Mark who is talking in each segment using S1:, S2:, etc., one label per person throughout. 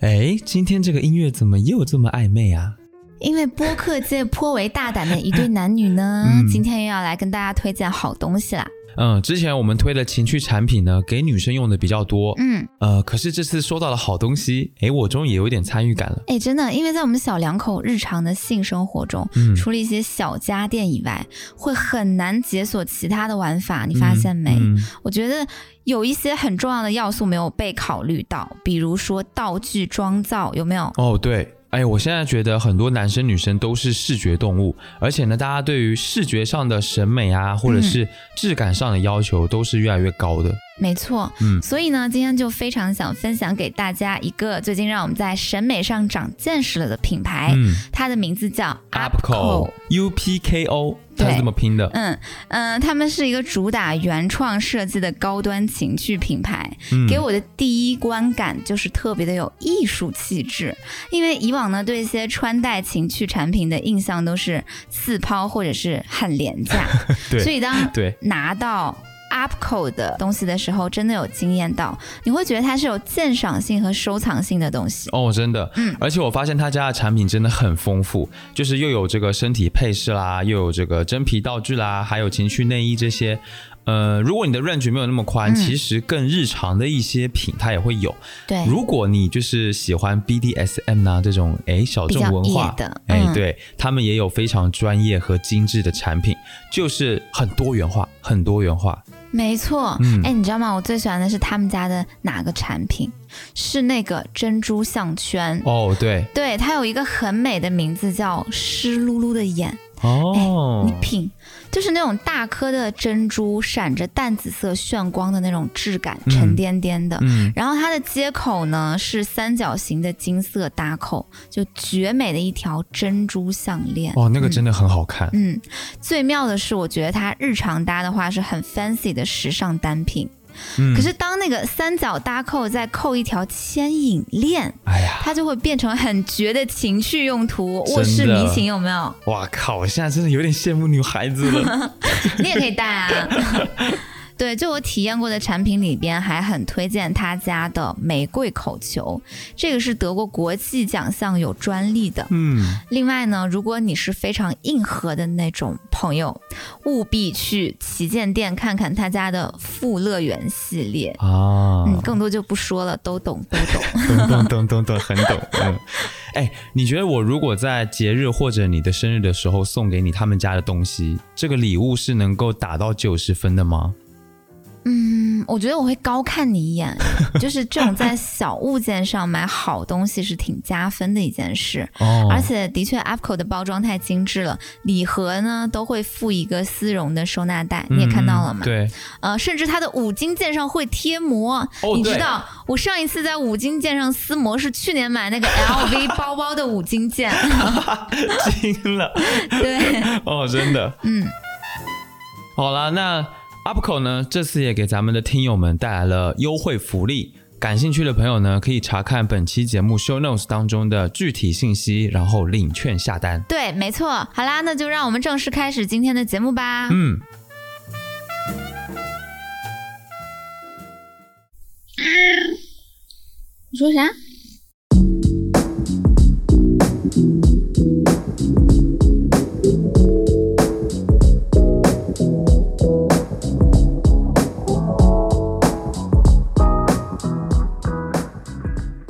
S1: 哎，今天这个音乐怎么又这么暧昧啊？
S2: 因为播客界颇为大胆的一对男女呢，
S1: 嗯
S2: 今天又要来跟大家推荐好东西啦。
S1: 嗯，之前我们推的情趣产品呢，给女生用的比较多。
S2: 嗯，
S1: 呃，可是这次收到了好东西，哎，我终于有一点参与感了。
S2: 哎，真的，因为在我们小两口日常的性生活中，
S1: 嗯
S2: 除了一些小家电以外，会很难解锁其他的玩法，你发现没？
S1: 嗯嗯
S2: 我觉得有一些很重要的要素没有被考虑到，比如说道具装造，有没有？
S1: 哦，对，哎，我现在觉得很多男生女生都是视觉动物，而且呢，大家对于视觉上的审美啊，或者是质感上的要求都是越来越高的。
S2: 没错，
S1: 嗯
S2: 所以呢，今天就非常想分享给大家一个最近让我们在审美上长见识了的品牌，
S1: 嗯
S2: 它的名字叫
S1: UPKO U P K O，它是
S2: 对
S1: 这么拼的。
S2: 嗯嗯、呃他们是一个主打原创设计的高端情趣品牌，
S1: 嗯，
S2: 给我的第一观感就是特别的有艺术气质。因为以往呢，对一些穿戴情趣产品的印象都是四抛或者是很廉价
S1: 对
S2: 所以当
S1: 对，
S2: 拿到 UPCO 的东西的时候，真的有惊艳到，你会觉得它是有鉴赏性和收藏性的东西。
S1: 哦，真的，
S2: 嗯
S1: 而且我发现他家的产品真的很丰富，就是又有这个身体配饰啦，又有这个真皮道具啦，还有情趣内衣这些。呃，如果你的 range 没有那么宽，
S2: 嗯
S1: 其实更日常的一些品它也会有。
S2: 对，
S1: 如果你就是喜欢 BDSM 呐、这种哎小众文化
S2: 比较野的
S1: 哎、
S2: 嗯
S1: 对他们也有非常专业和精致的产品，就是很多元化，很多元化。
S2: 没错。
S1: 嗯
S2: 哎、你知道吗？我最喜欢的是他们家的哪个产品？是那个珍珠项圈。
S1: 哦，对，
S2: 对，它有一个很美的名字叫湿漉漉的眼，
S1: 哦
S2: 你，品，就是那种大颗的珍珠，闪着淡紫色炫光的那种质感，
S1: 嗯
S2: 沉甸甸的。
S1: 嗯，
S2: 然后它的接口呢是三角形的金色搭扣，就绝美的一条珍珠项链。
S1: 哦，那个真的很好看。
S2: 嗯，最妙的是，我觉得它日常搭的话是很 fancy 的时尚单品。
S1: 嗯，
S2: 可是当那个三角搭扣再扣一条牵引链，
S1: 哎呀。
S2: 它就会变成很绝的情趣用途，
S1: 真的
S2: 卧室迷情有没有？
S1: 哇靠！我现在真的有点羡慕女孩子了。
S2: 你也可以戴 啊。对，就我体验过的产品里边，还很推荐他家的玫瑰口球，这个是得过国际奖项有专利的。
S1: 嗯，
S2: 另外呢，如果你是非常硬核的那种朋友，务必去旗舰店看看他家的富乐园系列。
S1: 啊，
S2: 嗯，更多就不说了，都懂都懂。
S1: 懂懂懂懂懂，很懂。 嗯，哎，你觉得我如果在节日或者你的生日的时候送给你他们家的东西，这个礼物是能够打到九十分的吗？
S2: 嗯，我觉得我会高看你一眼， 就是这种在小物件上买好东西是挺加分的一件事。
S1: 哦
S2: 而且的确 a p c o 的包装太精致了，礼盒呢都会附一个丝绒的收纳袋，你也看到了嘛？
S1: 嗯 对，
S2: 呃，甚至它的五金件上会贴膜。
S1: 哦
S2: 你
S1: 对
S2: 知道，我上一次在五金件上撕膜是去年买那个 LV 包包的五金件。
S1: 惊了。
S2: 对，
S1: 哦，真的。
S2: 嗯，
S1: 好啦，那 UPCO 呢，这次也给咱们的听友们带来了优惠福利。感兴趣的朋友呢，可以查看本期节目 show notes 当中的具体信息，然后领券下单。
S2: 对，没错。好啦，那就让我们正式开始今天的节目吧。
S1: 嗯，
S2: 你说啥？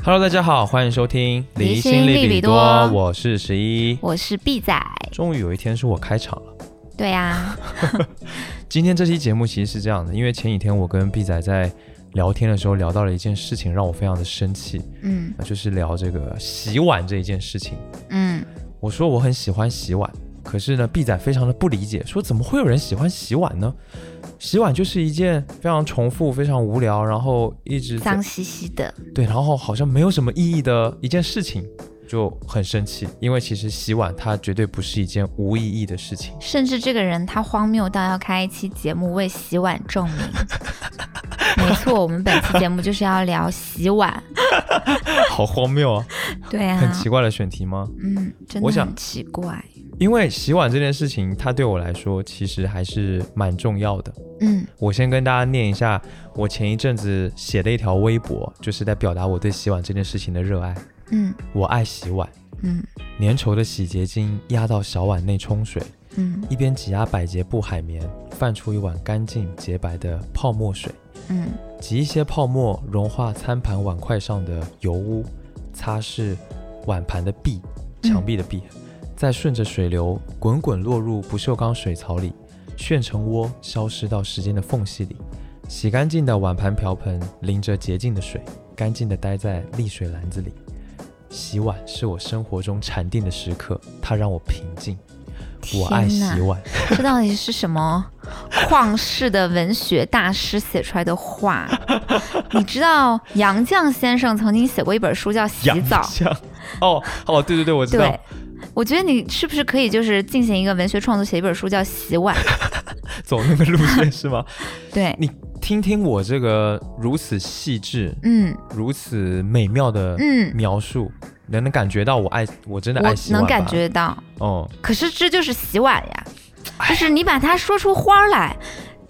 S1: Hello，大家好，欢迎收听《
S2: 离心力比多
S1: 我是十一。
S2: 我是 B 仔。
S1: 终于有一天是我开场了。
S2: 对呀、
S1: 今天这期节目其实是这样的，因为前几天我跟 B 仔在聊天的时候聊到了一件事情，让我非常的生气，
S2: 嗯
S1: 就是聊这个洗碗这一件事情。
S2: 嗯，
S1: 我说我很喜欢洗碗，可是呢，B 仔非常的不理解，说怎么会有人喜欢洗碗呢？洗碗就是一件非常重复、非常无聊，然后一直在
S2: 脏兮兮的。
S1: 对，然后好像没有什么意义的一件事情，就很生气，因为其实洗碗它绝对不是一件无意义的事情。
S2: 甚至这个人他荒谬到要开一期节目为洗碗证明。 没错，我们本期节目就是要聊洗碗。
S1: 好荒谬啊！
S2: 对啊，
S1: 很奇怪的选题吗？
S2: 嗯，真
S1: 我
S2: 的
S1: 想
S2: 很奇怪。
S1: 因为洗碗这件事情，它对我来说其实还是蛮重要的。
S2: 嗯
S1: 我先跟大家念一下我前一阵子写的一条微博，就是在表达我对洗碗这件事情的热爱。
S2: 嗯
S1: 我爱洗碗，
S2: 嗯
S1: 粘稠的洗洁精压到小碗内冲水，
S2: 嗯
S1: 一边挤压百洁布海绵，泛出一碗干净洁白的泡沫水。
S2: 嗯
S1: 挤一些泡沫融化餐盘碗筷上的油污，擦拭碗盘的壁、墙壁的壁，再顺着水流滚滚落入不锈钢水槽里，旋成涡消失到时间的缝隙里。洗干净的碗盘瓢盆淋着洁净的水，干净的待在沥水篮子里。洗碗是我生活中禅定的时刻，它让我平静。我爱
S2: 天
S1: 洗
S2: 哪
S1: 碗。
S2: 这到底是什么旷世的文学大师写出来的话？你知道杨绛先生曾经写过一本书叫《洗澡》，
S1: 香。哦哦，对对对，我知道
S2: 对。。我觉得你是不是可以就是进行一个文学创作，写一本书叫《洗碗》？
S1: 走那个路线是吗？
S2: 对，
S1: 你听听我这个如此细致、
S2: 嗯
S1: 如此美妙的
S2: 嗯，
S1: 描述，能能感觉到我爱，我真的爱
S2: 我
S1: 洗碗
S2: 能
S1: 吧
S2: 感，觉到。
S1: 哦、
S2: 可是这就是洗碗呀，
S1: 哎呀
S2: 就是你把它说出花儿来，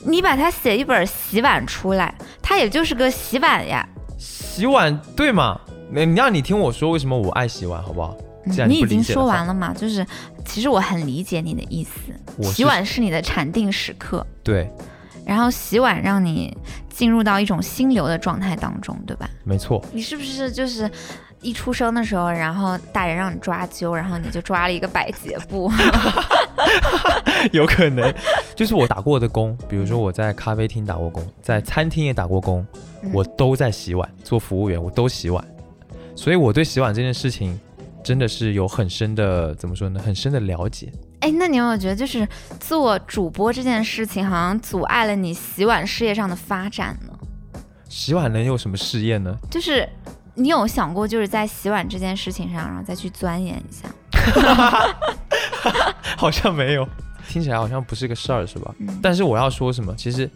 S2: 你把它写一本洗碗出来，它也就是个洗碗呀。嗯
S1: 洗碗对嘛？那你让你听我说为什么我爱洗碗，好不好？既然
S2: 你
S1: 你不
S2: 已
S1: 理
S2: 经
S1: 解的
S2: 说
S1: 话
S2: 完了嘛？就是其实我很理解你的意思，
S1: 我是
S2: 洗碗是你的禅定时刻，
S1: 对，
S2: 然后洗碗让你进入到一种心流的状态当中，对吧？
S1: 没错，
S2: 你是不是就是一出生的时候，然后大人让你抓阄，然后你就抓了一个百洁布？
S1: 有可能就是我打过的工，比如说我在咖啡厅打过工，在餐厅也打过工，
S2: 嗯
S1: 我都在洗碗，做服务员我都洗碗，所以我对洗碗这件事情真的是有很深的怎么说呢？很深的了解。
S2: 哎，那你有没有觉得就是做主播这件事情，好像阻碍了你洗碗事业上的发展呢？
S1: 洗碗能有什么试验呢？
S2: 就是你有想过，就是在洗碗这件事情上，然后再去钻研一下？
S1: 好像没有，听起来好像不是个事儿，是吧？
S2: 嗯
S1: 但是我要说什么？其实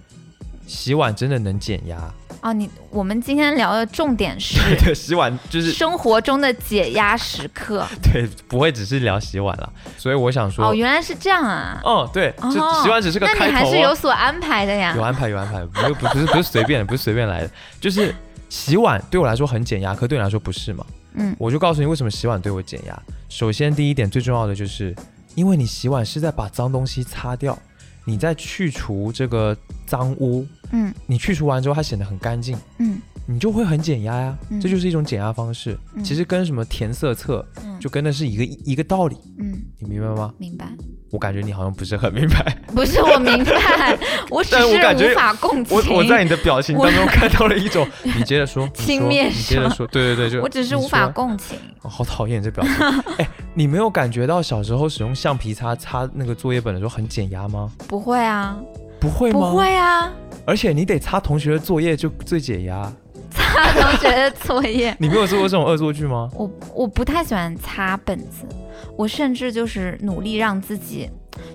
S1: 洗碗真的能减压，
S2: 哦，你我们今天聊的重点是
S1: 对，洗碗就是
S2: 生活中的解压时刻。
S1: 对，不会只是聊洗碗了。所以我想说，
S2: 哦，
S1: 哦，
S2: 原来是这样啊！
S1: 对，
S2: 哦
S1: 这洗碗只是个
S2: 那
S1: 开
S2: 你还
S1: 头、
S2: 是有
S1: 哦，
S2: 所安排的呀
S1: 有。啊安排有安排， 不是不是不是随便的，不是随便来的，就是洗碗对我来说很减压，可对你来说不是嘛？
S2: 嗯
S1: 我就告诉你为什么洗碗对我减压。首先第一点最重要的就是，因为你洗碗是在把脏东西擦掉，你在去除这个脏污，
S2: 嗯
S1: 你去除完之后它显得很干净，
S2: 嗯
S1: 你就会很减压呀、
S2: 嗯
S1: 这就是一种减压方式。
S2: 嗯
S1: 其实跟什么填色册
S2: 嗯
S1: 就跟那是一个一个道理，
S2: 嗯，
S1: 你明白吗？
S2: 明白。
S1: 我感觉你好像不是很明白，
S2: 不是我明白，我只
S1: 但我感
S2: 是
S1: 觉
S2: 无法共情。
S1: 我我在你的表情当中看到了一 种，你接着说，你
S2: 轻
S1: 说
S2: 蔑
S1: 你接着
S2: 说
S1: 说，对对对，就
S2: 我只是
S1: 你
S2: 无法
S1: 说
S2: 共情。
S1: 哦好讨厌这表情。哎，你没有感觉到小时候使用橡皮擦擦那个作业本的时候很减压吗？
S2: 不会啊，
S1: 不会吗？
S2: 不会啊，
S1: 而且你得擦同学的作业就最解压。，
S2: 擦同学的作业
S1: 你没有做过这种恶作剧吗？
S2: 我我不太喜欢擦本子，我甚至就是努力让自己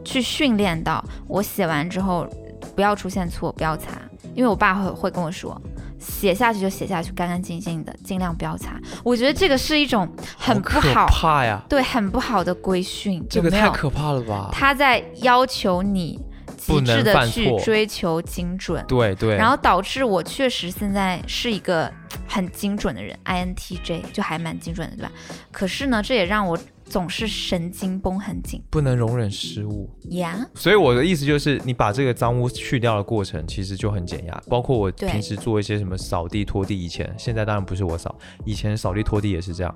S2: 去训练到我写完之后不要出现错，不要擦，因为我爸会会跟我说。写下去就写下去，干干净净的，尽量不要擦。我觉得这个是一种很不
S1: 可
S2: 好，
S1: 怕呀！
S2: 对，很不好的规训。
S1: 这
S2: 有
S1: 个
S2: 没
S1: 太
S2: 有
S1: 可怕了吧？
S2: 他在要求你极
S1: 不
S2: 致
S1: 能
S2: 的
S1: 犯
S2: 去
S1: 错
S2: 追求精准，
S1: 对对，
S2: 然后导致我确实现在是一个很精准的人，INTJ 就还蛮精准的，对吧？可是呢，这也让我总是神经绷很紧
S1: 不能容忍失误。
S2: 呀。
S1: 所以我的意思就是，你把这个脏污去掉的过程，其实就很减压。包括我
S2: 对
S1: 平时做一些什么扫地、拖地，以前现在当然不是我扫，以前扫地、拖地也是这样，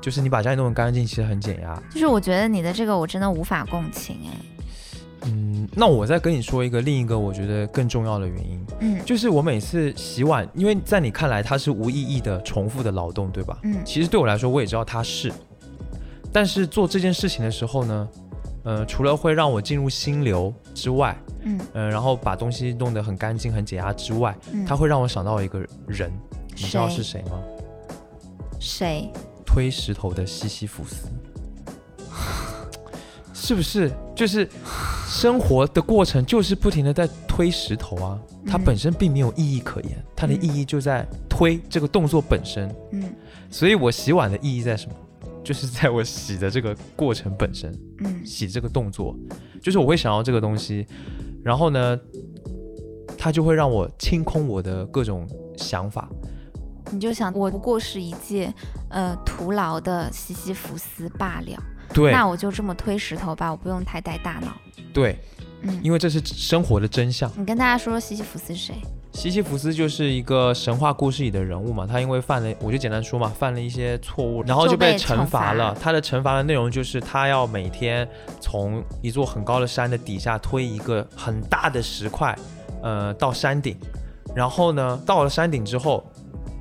S1: 就是你把家里弄得干净，其实很减压。
S2: 就是我觉得你的这个我真的无法共情哎，
S1: 嗯，那我再跟你说一个另一个我觉得更重要的原因，
S2: 嗯
S1: 就是我每次洗碗，因为在你看来它是无意义的重复的劳动，对吧？
S2: 嗯
S1: 其实对我来说，我也知道它是，但是做这件事情的时候呢，呃，除了会让我进入心流之外，
S2: 嗯
S1: 嗯、然后把东西弄得很干净、很解压之外，
S2: 嗯，
S1: 它会让我想到一个人，你知道是谁吗？
S2: 谁？
S1: 推石头的西西弗斯， 是不是？就是生活的过程就是不停的在推石头啊，它
S2: 嗯
S1: 本身并没有意义可言，它的
S2: 嗯
S1: 意义就在推这个动作本身。
S2: 嗯
S1: 所以我洗碗的意义在什么？就是在我洗的这个过程本身，
S2: 嗯
S1: 洗这个动作，就是我会想要这个东西，然后呢，它就会让我清空我的各种想法，
S2: 你就想，我不过是一介呃徒劳的西西弗斯罢了，
S1: 对
S2: 那我就这么推石头吧，我不用太带大脑。
S1: 对，
S2: 嗯，
S1: 因为这是生活的真相。
S2: 你跟大家说说西西弗斯是谁？
S1: 西西弗斯就是一个神话故事里的人物嘛，他因为犯了，我就简单说嘛，犯了一些错误，然后
S2: 就
S1: 就
S2: 被
S1: 被
S2: 惩
S1: 惩
S2: 罚
S1: 罚了。他的惩罚的内容就是他要每天从一座很高的山的底下推一个很大的石块，呃，到山顶。然后呢，到了山顶之后，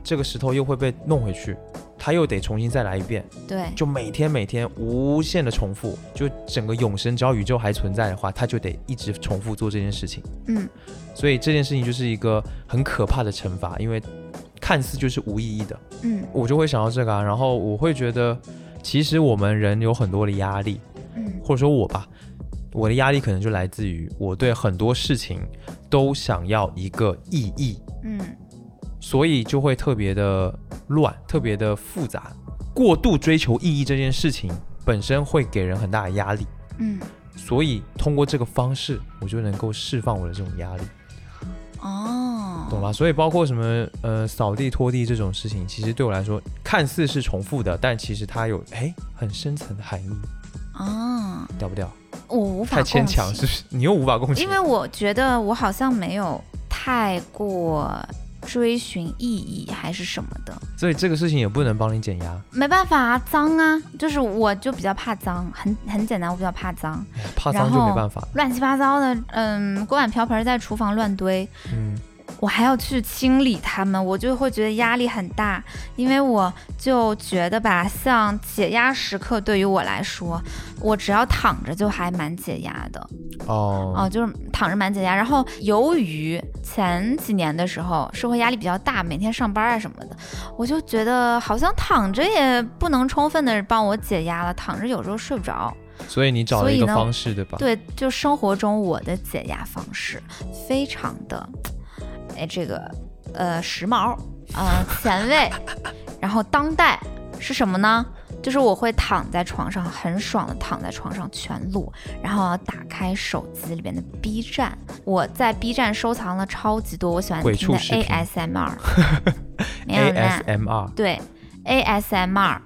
S1: 这个石头又会被弄回去，他又得重新再来一遍，
S2: 对，
S1: 就每天每天无限的重复，就整个永生，只要宇宙还存在的话，他就得一直重复做这件事情。
S2: 嗯，
S1: 所以这件事情就是一个很可怕的惩罚，因为看似就是无意义的。
S2: 嗯
S1: 我就会想到这个啊，然后我会觉得，其实我们人有很多的压力，
S2: 嗯
S1: 或者说我吧，我的压力可能就来自于我对很多事情都想要一个意义，
S2: 嗯，
S1: 所以就会特别的乱，特别的复杂。过度追求意义这件事情本身会给人很大的压力，
S2: 嗯，
S1: 所以通过这个方式，我就能够释放我的这种压力。
S2: 哦，
S1: 懂吧？所以包括什么呃扫地、拖地这种事情，其实对我来说看似是重复的，但其实它有哎很深层的含义，
S2: 哦，
S1: 屌不屌？
S2: 我无法
S1: 太牵
S2: 共情
S1: 强是不是？你又无法共情
S2: 因为。我觉得我好像没有太过追寻意义还是什么的，
S1: 所以这个事情也不能帮你减压，
S2: 没办法啊，脏啊，就是我就比较怕脏，很很简单，我比较怕脏，
S1: 哎呀怕脏就
S2: 然后
S1: 没办法。
S2: 乱七八糟的，嗯，锅碗瓢盆在厨房乱堆，
S1: 嗯，
S2: 我还要去清理它们，我就会觉得压力很大，因为我就觉得吧，像解压时刻对于我来说，我只要躺着就还蛮解压的，
S1: 哦，
S2: 哦，就是躺着蛮解压。然后由于前几年的时候社会压力比较大，每天上班啊什么的，我就觉得好像躺着也不能充分的帮我解压了，躺着有时候睡不着。
S1: 所以你找了一
S2: 所
S1: 个
S2: 以呢
S1: 方式，对吧？
S2: 对，就生活中我的解压方式非常的，哎，这个呃时髦，呃前卫， 然后当代是什么呢？就是我会躺在床上，很爽的躺在床上全裸，然后打开手机里边的 B 站，我在 B 站收藏了超级多我喜欢
S1: 鬼
S2: 听
S1: 畜
S2: 的
S1: 视频
S2: ASMR，没有呢。
S1: ，ASMR
S2: 对，ASMR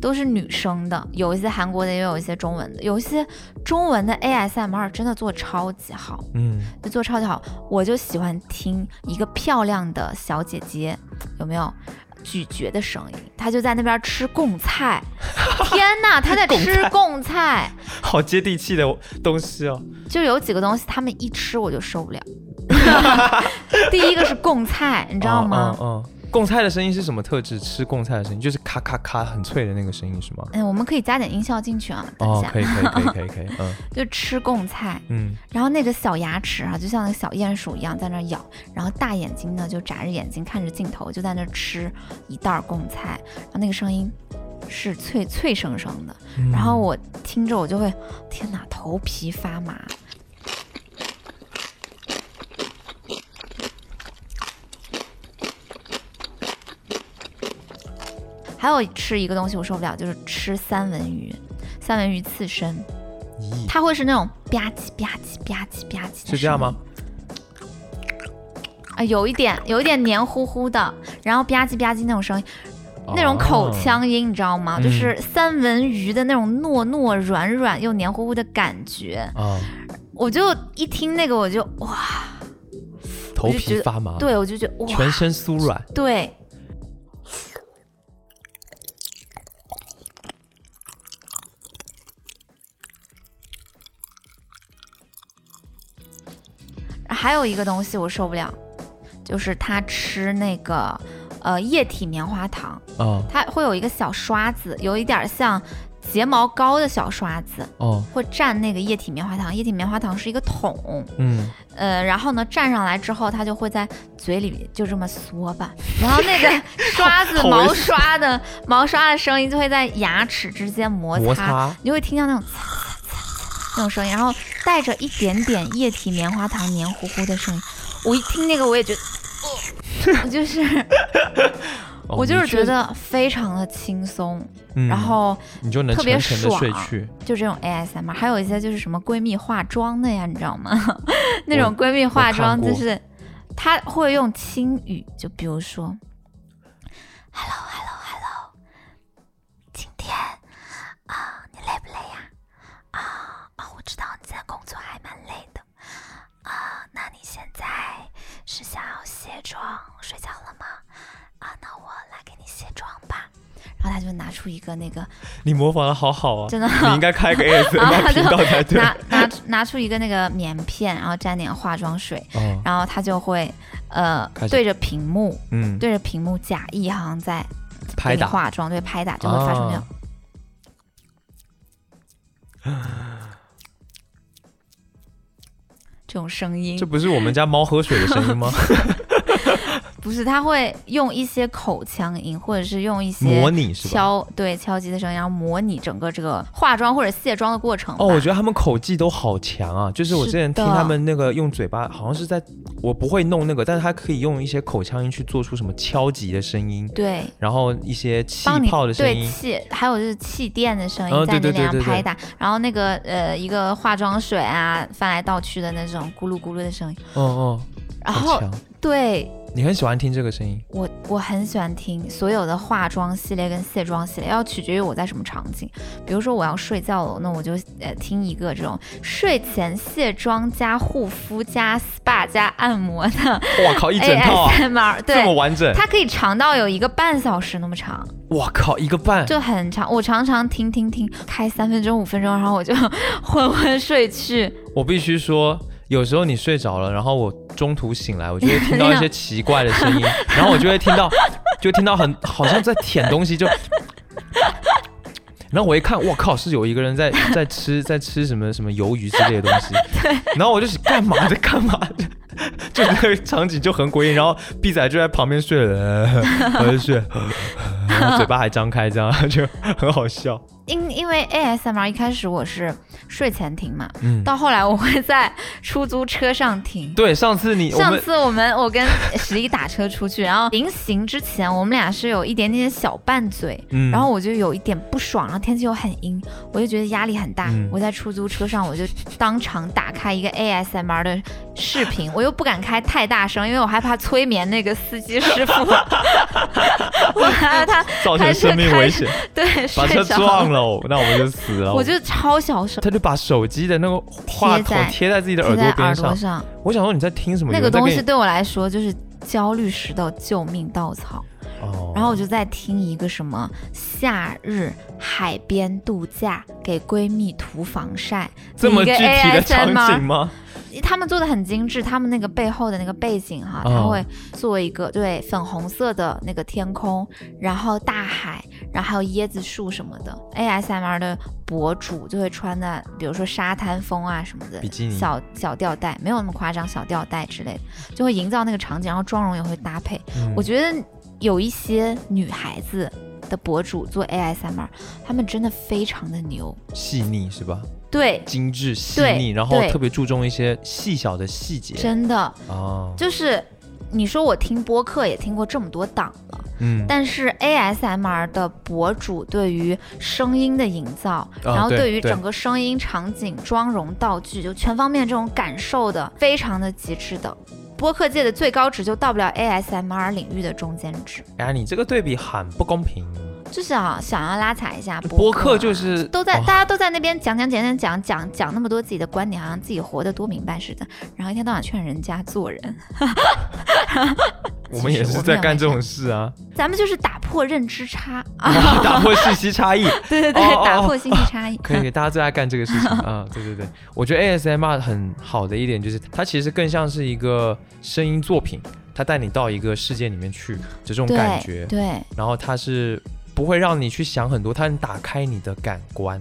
S2: 都是女生的，有一些韩国的，也有一些中文的，有一些中文的 ASMR 真的做超级好，
S1: 嗯，
S2: 就做超级好，我就喜欢听一个漂亮的小姐姐，有没有？咀嚼的声音，她就在那边吃贡 菜，天呐，她在吃贡菜，
S1: 好接地气的东西哦。
S2: 就有几个东西，他们一吃我就受 不了。第一个是贡菜，你知道吗？
S1: 嗯嗯嗯贡菜的声音是什么特质？吃贡菜的声音就是咔咔咔很脆的那个声音是吗？
S2: 嗯，我们可以加点音效进去啊，等一
S1: 哦
S2: 下，，
S1: 可以可以可以可以可以，嗯
S2: 就吃贡菜，
S1: 嗯，
S2: 然后那个小牙齿啊，就像那个小鼹鼠一样在那儿咬，然后大眼睛呢就眨着眼睛看着镜头，就在那儿吃一袋儿贡菜，然后那个声音是脆脆生生的，
S1: 嗯
S2: 然后我听着我就会，天哪，头皮发麻。还有吃一个东西我受不了，就是吃三文鱼，三文鱼刺身，
S1: 嗯咦，
S2: 它会是那种吧唧吧唧吧唧吧唧，
S1: 是这样吗？？
S2: 啊，有一点，有一点黏糊糊的，然后吧唧吧唧那种声音，那种口
S1: 哦
S2: 腔音，你知道吗？
S1: 嗯
S2: 就是三文鱼的那种糯糯软软又黏糊糊的感觉，
S1: 啊，
S2: 我就一听那个我就哇，
S1: 头
S2: 我就觉
S1: 皮
S2: 得
S1: 发麻，，
S2: 对我就觉得哇，
S1: 全身酥软，
S2: 对。还有一个东西我受不了，就是他吃那个呃液体棉花糖，
S1: 啊
S2: 它会有一个小刷子，有一点儿像睫毛膏的小刷子，
S1: 哦，
S2: 会蘸那个液体棉花糖。液体棉花糖是一个桶，
S1: 嗯，
S2: 呃，然后呢，蘸上来之后，它就会在嘴里就这么嗦 吧，然后那个刷子
S1: 好
S2: 毛
S1: 猥琐
S2: 刷的毛刷的声音就会在牙齿之间摩擦，
S1: 摩擦，哦
S2: 你就会听到那种擦擦擦那种声音，然后带着一点点液体棉花糖黏糊糊的声音。我一听那个，我也觉得，呃我就是
S1: 哦
S2: 我就是
S1: 你确
S2: 觉得非常的轻松，
S1: 嗯
S2: 然后
S1: 你就能
S2: 特别
S1: 沉沉的睡
S2: 爽
S1: 去，
S2: 就这种 ASMR，还有一些就是什么闺蜜化妆的呀，你知道吗？那种闺蜜化妆
S1: 我看过
S2: 就是她会用轻语，就比如说 hello hello hello，今天啊、你累不累呀、啊？哦，我知道你现在工作还蛮累的啊、那你现在是想要卸妆睡觉了吗？啊，那我来给你卸妆吧。然后他就拿出一个那个
S1: 你模仿的好好啊，
S2: 真的
S1: 你应该开 个 ASMR 频道才对。
S2: 拿拿拿出一个那个棉片，然后沾点化妆水，
S1: 哦，
S2: 然后他就会呃
S3: 开始
S2: 对着屏幕
S1: 嗯，
S2: 对着屏幕假意好像在
S3: 拍
S2: 给你
S3: 打
S2: 化妆，对拍打就会发出那种
S1: 啊。
S2: 这种声音
S1: 这，不是我们家猫喝水的声音吗？
S2: 不是他会用一些口腔音，或者是用一
S1: 模
S2: 些
S1: 拟是吧？
S2: 敲对敲击的声音，然后模拟整个这个化妆或者卸妆的过程吧。
S1: 哦，我觉得他们口技都好强啊！就是我之前听
S2: 是的
S1: 他们那个用嘴巴，好像是在我不会弄那个，但是他可以用一些口腔音去做出什么敲击的声音，
S2: 对，
S1: 然后一些气
S2: 帮你
S1: 泡的声
S2: 对
S1: 音，
S2: 气，还有就是气垫的声
S1: 嗯
S2: 音在你
S1: 对对对
S2: 脸上
S1: 对对
S2: 拍打，然后那个呃一个化妆水啊翻来倒去的那种咕噜咕噜的声音，
S1: 嗯嗯，
S2: 然
S1: 好
S2: 后
S1: 强！
S2: 对
S1: 你很喜欢听这个声音，
S2: 我我很喜欢听所有的化妆系列跟卸妆系列，要取决于我在什么场景。比如说我要睡觉了，那我就呃听一个这种睡前卸妆加护肤加 SPA 加按摩的
S1: 哇 靠，一整套啊，
S2: ASMR，
S1: 这么
S2: 哎对，
S1: 完整，
S2: 它可以长到有一个半小时那么长。
S1: 哇靠，一个半，
S2: 就很长，我常常听听听，开三分钟五分钟，然后我就 昏昏睡去。
S1: 我必须说，有时候你睡着了，然后我中途醒来，我就会听到一些奇怪的 声音，然后我就会听到，就听到很好像在舔东西，就，然后我一看，我靠，是有一个人在在吃在吃什么什么鱿鱼之类的东西，然后我就是干嘛在干嘛。就那个场景就很诡异，然后碧仔就在旁边睡了，呃我就睡，然后嘴巴还张开，这样 就很好笑。
S2: 因因为 ASMR 一开始我是睡前听嘛，
S1: 嗯，
S2: 到后来我会在出租车上听。
S1: 对，上次你我
S2: 上
S1: 们
S2: 次我们我跟史力打车出去，然后临行之前，我们俩是有一点点小拌嘴，
S1: 嗯
S2: 然后我就有一点不爽，然后天气又很阴，我就觉得压力很大。
S1: 嗯
S2: 我在出租车上，我就当场打开一个 ASMR 的视频，我又不敢开太大声，因为我害怕催眠那个司机师傅，我害怕他
S1: 造成生命危险。
S2: 对
S1: 把车
S2: 睡着
S1: 撞了哦，那我们就死了。
S2: 我就超小声
S1: 他就把手机的那个话筒
S2: 贴在
S1: 贴在自己的耳
S2: 贴
S1: 朵
S2: 在
S1: 边
S2: 耳
S1: 上
S2: 朵。上，
S1: 我想说你在听什么？
S2: 那
S1: 有
S2: 个
S1: 人在
S2: 东
S1: 跟
S2: 西
S1: 你
S2: 对我来说就是焦虑石的救命稻草。
S1: 哦，
S2: 然后我就在听一个什么夏日海边度假给闺蜜涂防晒，
S1: 这么
S2: 一
S1: 具
S2: 个
S1: 体的场
S2: ASMR
S1: 景吗？
S2: 他们做的很精致，他们那个背后的那个背景哈、
S1: 哦
S2: 它会做一个对粉红色的那个天空，然后大海，然后还有椰子树什么的。ASMR 的博主就会穿的，比如说沙滩风啊什么的，
S1: 比基尼
S2: 小小吊带，没有那么夸张，小吊带之类的，就会营造那个场景，然后妆容也会搭配。
S1: 嗯
S2: 我觉得有一些女孩子的博主做 ASMR，她们真的非常的牛。
S1: 细腻是吧？
S2: 对，
S1: 精致细
S2: 对
S1: 腻，然后
S2: 对
S1: 特别注重一些细小的细节
S2: 真的
S1: 啊。
S2: 就是你说我听播客也听过这么多档了，
S1: 嗯，
S2: 但是 ASMR 的博主对于声音的营造，
S1: 啊
S2: 然后
S1: 对
S2: 对于
S1: 对
S2: 整个声音场景、妆容、道具，就全方面这种感受的，非常的极致的。播客界的最高值就到不了 ASMR 领域的中间值，
S1: 哎呀，你这个对比很不公平。
S2: 就是啊，想要拉踩一下
S1: 播客
S2: 啊
S1: 就是
S2: 都在，
S1: 哦
S2: 大家都在那边讲讲讲讲讲讲讲那么多自己的观点，好像自己活得多明白似的，然后一天到晚劝人家做人。
S1: 我们也是在干这种事 啊，
S2: 咱们就是打破认知差 啊！
S1: 啊打破信息差异。
S2: 对对对，
S1: 哦哦哦
S2: 打破信息差异。
S1: 可以，大家最爱干这个事 情啊、对对对，我觉得 ASMR 很好的一点就是，它其实更像是一个声音作品，它带你到一个世界里面去，就这种
S2: 对
S1: 感觉。
S2: 对
S1: 然后它是不会让你去想很多，它能打开你的感官。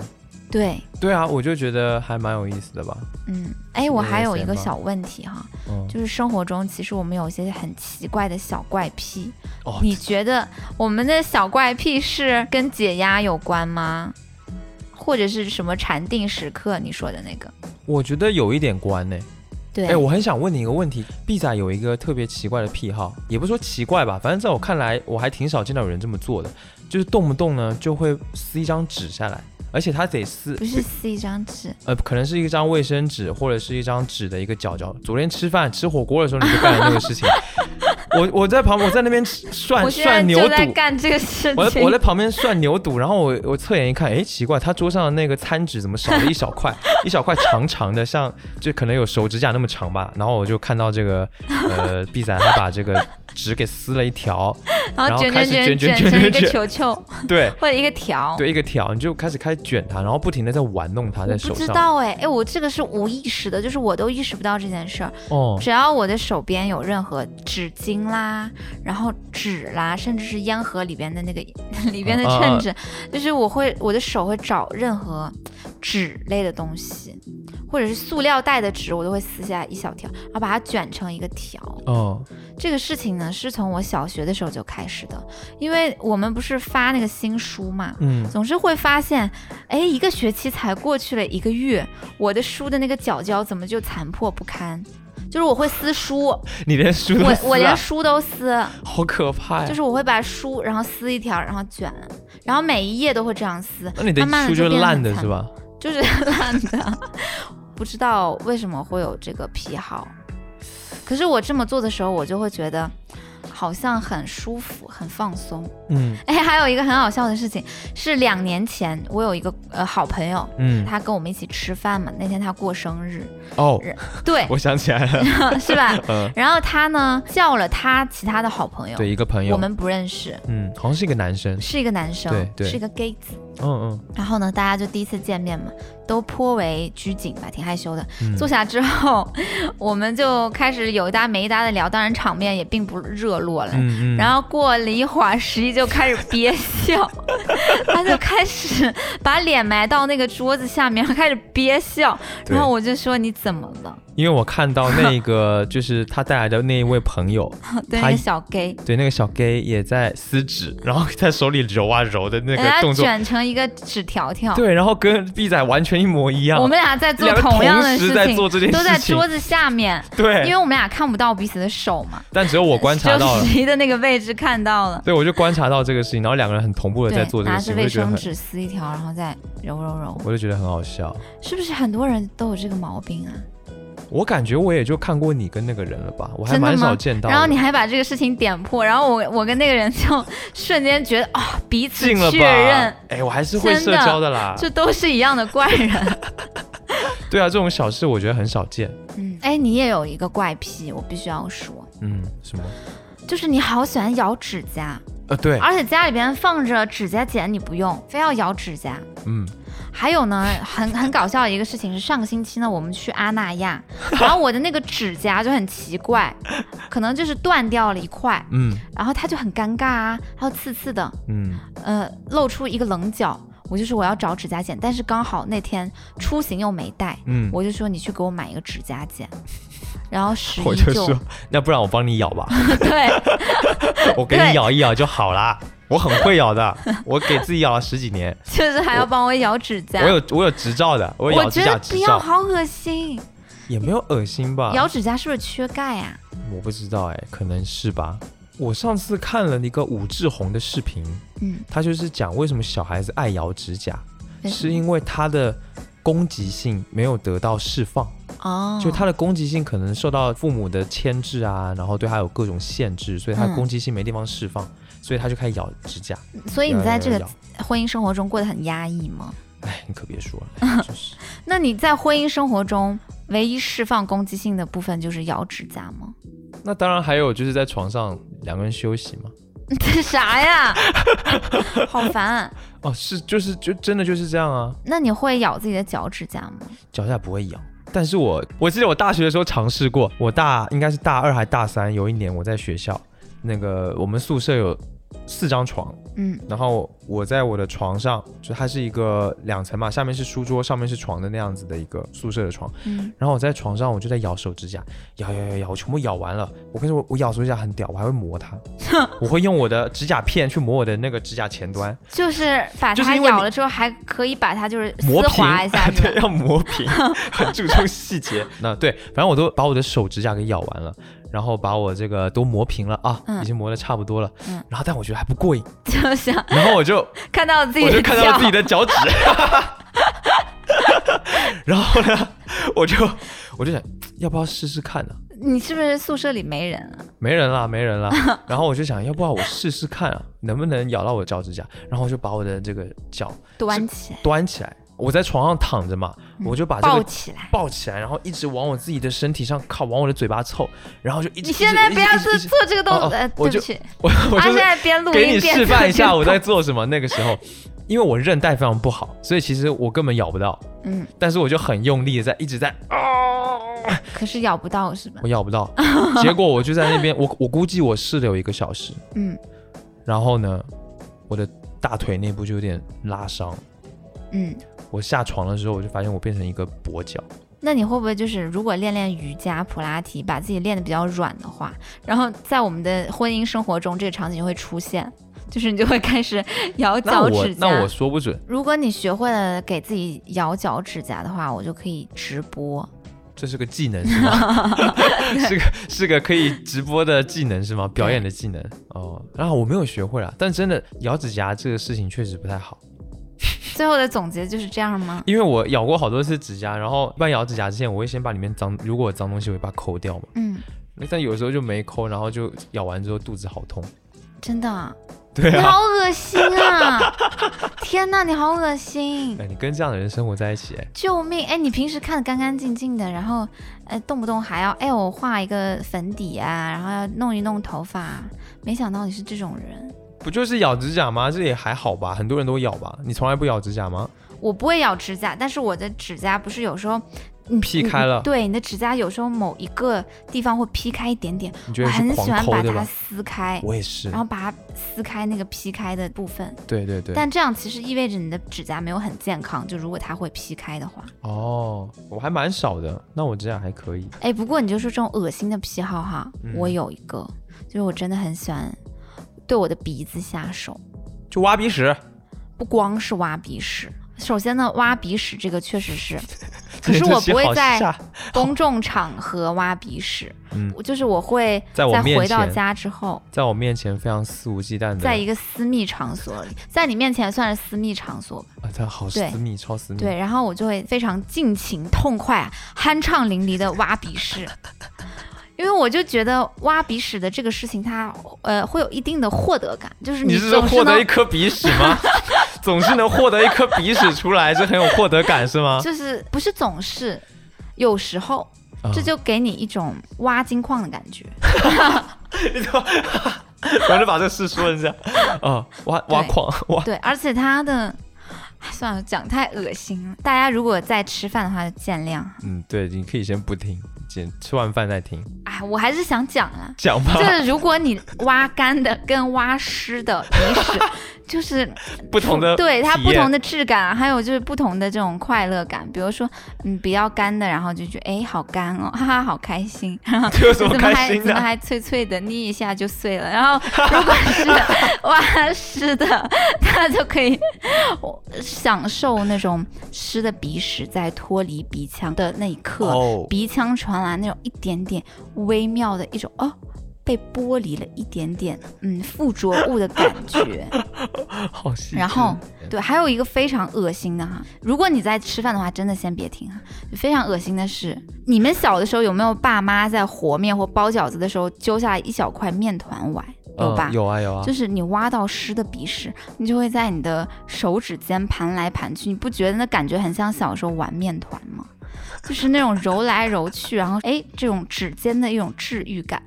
S2: 对，
S1: 对啊，我就觉得还蛮有意思的吧。
S2: 嗯，哎，
S1: 是
S2: 我还有
S1: ASMR
S2: 一个小问题哈，
S1: 嗯，
S2: 就是生活中其实我们有一些很奇怪的小怪癖，
S1: 哦，
S2: 你觉得我们的小怪癖是跟解压有关吗？或者是什么禅定时刻你说的那个？
S1: 我觉得有一点关呢、
S2: 对，
S1: 哎，我很想问你一个问题，毕仔有一个特别奇怪的癖好，也不是说奇怪吧，反正在我看来，我还挺少见到有人这么做的，就是动不动呢就会撕一张纸下来，而且他得撕，
S2: 不是撕一张纸，
S1: 呃，可能是一张卫生纸或者是一张纸的一个角角。昨天吃饭吃火锅的时候你就干了那个事情， 我我在旁，我在那边涮
S2: 我现在
S1: 涮牛
S2: 就在
S1: 肚，
S2: 干这个事
S1: 我在
S2: 情
S1: 我在。旁边涮牛肚，然后我我侧眼一看，哎，奇怪，他桌上的那个餐纸怎么少了一小块， 一小块长长的，像就可能有手指甲那么长吧。然后我就看到这个呃，毕仔他把这个纸给撕了一条，
S2: 然
S1: 然
S2: 后
S1: 后
S2: 卷
S1: 开始
S2: 卷
S1: 卷
S2: 卷
S1: 卷
S2: 成一
S1: 卷
S2: 个
S1: 卷
S2: 球球
S1: 对
S2: 或者一个条。
S1: 对，一个条，你就开始开始卷它，然后不停的在玩弄它
S2: 我
S1: 在
S2: 不
S1: 手
S2: 知
S1: 上。
S2: 道哎哎，我这个是无意识的，就是我都意识不到这件事儿。
S1: 哦，
S2: 只要我的手边有任何纸巾啦，然后纸啦，甚至是烟盒里边的那个 里边的
S1: 啊啊
S2: 衬纸，就是我会我的手会找任何纸类的东西，或者是塑料袋的纸，我都会撕下来一小条，然后把它卷成一个条。
S1: 哦，
S2: 这个事情呢，是从我小学的时候就开始的，因为我们不是发那个新书嘛，
S1: 嗯，
S2: 总是会发现，哎，一个学期才过去了一个月，我的书的那个角角怎么就残破不堪？就是我会撕书，
S1: 你连书都
S2: 我
S1: 撕啊哎
S2: 我
S1: 了
S2: 连书都撕，
S1: 好可怕呀！
S2: 就是我会把书然后撕一条，然后卷，然后每一页都会这样撕。
S1: 那你的
S2: 慢慢地
S1: 书就
S2: 就
S1: 是
S2: 变得
S1: 烂
S2: 很
S1: 的
S2: 惨
S1: 是吧？
S2: 就是烂的，不知道为什么会有这个癖好。可是我这么做的时候，我就会觉得好像很舒服，很放松。
S1: 嗯
S2: 哎，还有一个很好笑的事情是，两年前我有一个呃好朋友，
S1: 嗯，
S2: 他跟我们一起吃饭嘛，那天他过生日，
S1: 哦，
S2: 对，
S1: 我想起来 了，
S2: 是吧？
S1: 嗯，
S2: 然后他呢叫了他其他的好朋友，
S1: 对，一个朋友，
S2: 我们不认识，
S1: 嗯，好像是一个男生，
S2: 是一个男生
S1: 对，对
S2: 是一个 gay 子。
S1: 嗯 嗯
S2: 然后呢，大家就第一次见面嘛，都颇为拘谨吧，挺害羞的。
S1: 嗯，
S2: 坐下之后，我们就开始有一搭没一搭的聊，当然场面也并不热络了。
S1: 嗯嗯，
S2: 然后过了一会儿，十一就开始憋笑， 他就开始把脸埋到那个桌子下面，开始憋笑。
S1: 对
S2: 然后我就说你怎么了？
S1: 因为我看到那个 就是他带来的那一位朋友，
S2: 对，
S1: 他
S2: 那个小 gay，
S1: 对，那个小 gay 也在撕 纸，然后在手里揉啊揉的那
S2: 人家
S1: 个动作，
S2: 卷成一个纸条条。
S1: 对，然后跟 B 仔完全一模一样
S2: 我，们俩在做
S1: 两个
S2: 同样的
S1: 同时
S2: 事
S1: 在
S2: 情，
S1: 做这件
S2: 都在
S1: 事情
S2: 桌子下面，因
S1: 对
S2: 为，我们俩看不到彼此的手嘛，
S1: 但只有我观
S2: 只
S1: 察
S2: 有
S1: 到了，
S2: 十一的那个位置看到了。
S1: 对，我就观察到这个事情，然后两个人很同步的
S2: 对
S1: 在，做这
S2: 拿
S1: 个
S2: 着
S1: 事情，
S2: 卫
S1: 我就觉得
S2: 生
S1: 很，
S2: 纸撕一条，然后再揉揉揉，
S1: 我就觉得很好笑。
S2: 是不是很多人都有这个毛病啊？
S1: 我感觉我也就看过你跟那个人了吧，我还
S2: 真的
S1: 蛮少
S2: 吗
S1: 见到的。
S2: 然后你还把这个事情点破，然后我我跟那个人就瞬间觉得哦，彼此
S1: 进了
S2: 确认
S1: 吧？，哎，我还是会
S2: 真
S1: 社
S2: 的
S1: 交的啦。
S2: 这都是一样的怪 人。
S1: 对啊，这种小事我觉得很少见。
S2: 嗯，哎，你也有一个怪癖，我必须要说，
S1: 嗯，什么？
S2: 就是你好喜欢咬指甲，
S1: 呃，对，
S2: 而且家里边放着指甲剪你不用，非要咬指甲。
S1: 嗯，
S2: 还有呢，很很搞笑的一个事情是，上个星期呢，我们去阿那 亚，然后我的那个指甲就很奇怪，可能就是断掉了一块，
S1: 嗯
S2: 然后他就很尴尬啊，然后刺刺的，
S1: 嗯，
S2: 呃，露出一个棱角。我就说我要找指甲剪，但是刚好那天出行又没带，
S1: 嗯
S2: 我就说你去给我买一个指甲剪，然后十
S1: 我
S2: 一
S1: 就说，那不然我帮你咬吧，
S2: 对，
S1: 我给
S2: 对
S1: 你咬一咬就好啦。我很会咬的，我给自己咬了十几年，
S2: 就是还要帮我咬指甲，
S1: 我有我有执照的，我有咬
S2: 我觉
S1: 指啊
S2: 得
S1: 甲
S2: 不
S1: 执
S2: 要，
S1: 照，
S2: 好恶心。
S1: 也没有恶心吧？
S2: 咬指甲是不是缺钙啊？
S1: 我不知道哎，可能是吧。我上次看了一个武志红的视频，
S2: 嗯，
S1: 他就是讲为什么小孩子爱咬指甲，
S2: 对
S1: 是因为他的攻击性没有得到释放。
S2: 哦，
S1: 就他的攻击性可能受到父母的牵制啊，然后对他有各种限制，所以他
S2: 嗯
S1: 攻击性没地方释放，所以他就开始咬指甲。
S2: 所以你在这
S1: 咬
S2: 个
S1: 咬咬
S2: 婚姻生活中过得很压抑吗？
S1: 哎，你可别说了，哎真是
S2: 那你在婚姻生活中唯一释放攻击性的部分就是咬指甲吗？
S1: 那当然还有就是在床上两个人休息嘛。
S2: 这啥呀？ 好烦！啊
S1: 哦，是就是就真的就是这样啊，
S2: 那你会咬自己的脚趾甲吗？
S1: 脚下不会痒。但是我我记得我大学的时候尝试过，我大应该是大二还大三，有一年我在学校，那个我们宿舍有四张床，
S2: 嗯
S1: 然后我在我的床上，就它是一个两层嘛，下面是书桌，上面是床的那样子的一个宿舍的床。
S2: 嗯，
S1: 然后我在床上，我就在咬手指甲，咬咬咬咬，我全部咬完了。我跟你说，我我咬手指甲很屌，我还会磨它，我会用我的指甲片去磨我的那个指甲前 端，
S2: 就是把
S1: 就是
S2: 它
S1: 因为你
S2: 咬了之后，还可以把它就是
S1: 磨
S2: 丝
S1: 平
S2: 滑 一下，，是吧
S1: 对，要磨平，很注重细节。 那对，反正我都把我的手指甲给咬完了，然后把我这个都磨平了啊，
S2: 嗯
S1: 已经磨得差不多了。
S2: 嗯
S1: 然后但我觉得还不过瘾，
S2: 就想
S1: 然后我就
S2: 看到 自己
S1: 我
S2: 的
S1: 就看到了自己
S2: 脚，
S1: 的脚趾， 然后呢，我就我就想，要不要试试看呢、
S2: 你是不是宿舍里没人啊？
S1: 没人了，没人了。 然后我就想，要不然我试试看啊，能不能咬到我的脚趾甲？然后我就把我的这个脚
S2: 端起来，
S1: 端起来，我在床上躺着嘛，我啊就把这
S2: 抱
S1: 个
S2: 起来。
S1: 抱起来，然后一直往我自己的身体上靠，往我的嘴巴凑，然后就一直。
S2: 你现在不要
S1: 是
S2: 做做这个动
S1: 哦
S2: 作，
S1: 哦
S2: 呃，
S1: 我
S2: 对
S1: 就
S2: 不起，
S1: 我，我
S2: 他
S1: 就
S2: 现
S1: 是
S2: 在边录
S1: 给你
S2: 音
S1: 示
S2: 边
S1: 范一下
S2: 做
S1: 我
S2: 这个
S1: 在做什么。那个时候， 因为我韧带非常不好，所以其实我根本咬不到，
S2: 嗯，
S1: 但是我就很用力的在一直在
S2: 可是咬不到是吧
S1: 我？咬不 到，结果我就在那边，我我估计我试了有一个小时，
S2: 嗯
S1: 然后呢，我的大腿内部就有点拉伤。
S2: 嗯。
S1: 我下床的时候，我就发现我变成一个跛脚，
S2: 那你会不会就是如果练练瑜伽、普拉提，把自己练得比较软的话，然后在我们的婚姻生活中这个场景就会出现，就是你就会开始咬
S1: 那
S2: 脚
S1: 我
S2: 趾甲。
S1: 那我说不准，
S2: 如果你学会了给自己咬脚趾甲的话，我就可以直播。
S1: 这是个技能是吗？ 是个是个可以直播的技能是吗？表演的技能哦。然后我没有学会啊，但真的咬指甲这个事情确实不太好，
S2: 最后的总结就是这样吗？
S1: 因为我咬过好多次指甲，然后一般咬指甲之前，我会先把里面脏，如果有脏东西，我会把它抠掉嘛。
S2: 嗯，
S1: 但有时候就没抠，然后就咬完之后肚子好痛。
S2: 真的啊，
S1: 对
S2: 你
S1: 啊，
S2: 好恶心啊！ 天哪，你好恶心！
S1: 哎，你跟这样的人生活在一起，哎，
S2: 救命！哎，你平时看的干干净净的，然后，呃，动不动还要，哎，我画一个粉底啊，然后要弄一弄头发，啊没想到你是这种人。
S1: 不就是咬指甲吗？这也还好吧，很多人都咬吧。你从来不咬指甲吗？
S2: 我不会咬指甲，但是我的指甲不是有时候，你
S1: 劈开了
S2: 你对，你的指甲有时候某一个地方会劈开一点点，
S1: 你觉
S2: 我
S1: 得是
S2: 很喜
S1: 狂
S2: 欢把
S1: 抠对
S2: 它
S1: 吧？
S2: 撕开，
S1: 我也是
S2: 然，后把它撕开那个劈开的部分。
S1: 对对对。
S2: 但这样其实意味着你的指甲没有很健康，就如果它会劈开的话。
S1: 哦，我还蛮少的，那我指甲还可以。
S2: 哎，不过你就说这种恶心的癖好哈，
S1: 嗯
S2: 我有一个，就是我真的很喜欢对我的鼻子下手，
S1: 就挖鼻屎，
S2: 不光是挖鼻屎。首先呢，挖鼻屎这个确实是 可
S1: 这
S2: 是
S1: 这
S2: 我
S1: 些
S2: 不会
S1: 好
S2: 在
S1: 吓
S2: 公众场合挖鼻屎，
S1: 嗯
S2: 我就是我会
S1: 在我面
S2: 回到
S1: 前
S2: 家之后，
S1: 在我面前非常肆无忌惮的，
S2: 在一个私密场所里，在你面前算是私密场所吧，
S1: 啊，他好私
S2: 对
S1: 密，超私密。
S2: 对，然后我就会非常尽情、痛快、酣畅淋漓的挖鼻屎，因为我就觉得挖鼻屎的这个事情它，呃会有一定的获得感，就是
S1: 你是说
S2: 总是
S1: 获
S2: 能
S1: 得一颗鼻屎 吗？总是能获得一颗鼻屎出来，这很有获得感是吗？
S2: 就是不是总是，有时候
S1: 啊
S2: 这就给你一种挖金矿的感觉。
S1: 你怎么我就把这事说 一下啊，挖挖
S2: 对
S1: 矿挖
S2: 对，而且它的，唉算了，讲太恶心了。大家如果在吃饭的话，就见谅。
S1: 嗯，对，你可以先不听，先吃完饭再听，
S2: 哎，我还是想讲啊。
S1: 讲吧，
S2: 就是如果你挖干的跟挖湿的鼻 屎， 就是
S1: 不同的
S2: 对它
S1: 体
S2: 不
S1: 验
S2: 同的质感，还有就是不同的这种快乐感。比如说，嗯，比较干的，然后就觉得哎，好干哦，哈哈，好开心。
S1: 这 有什
S2: 怎
S1: 么
S2: 么
S1: 开
S2: 还
S1: 心
S2: 怎
S1: 的
S2: 么？还脆脆的，捏一下就碎了。然后如果 是哇湿的，它就可以我享受那种湿的鼻屎在脱离鼻腔的那一刻，
S1: 哦
S2: 鼻腔传来那种一点点微妙的一种哦。被剥离了一点点，嗯，附着物的感觉。
S1: 好细致
S2: 然后，对，还有一个非常恶心的哈，如果你在吃饭的话，真的先别听哈。非常恶心的是，你们小的时候有没有爸妈在和面或包饺子的时候揪下来一小块面团崴，有
S1: 嗯
S2: 吧？
S1: 有啊有啊，
S2: 就是你挖到湿的鼻屎，你就会在你的手指间盘来盘去，你不觉得那感觉很像小时候玩面团吗？就是那种揉来揉去，然后哎，这种指尖的一种治愈感。，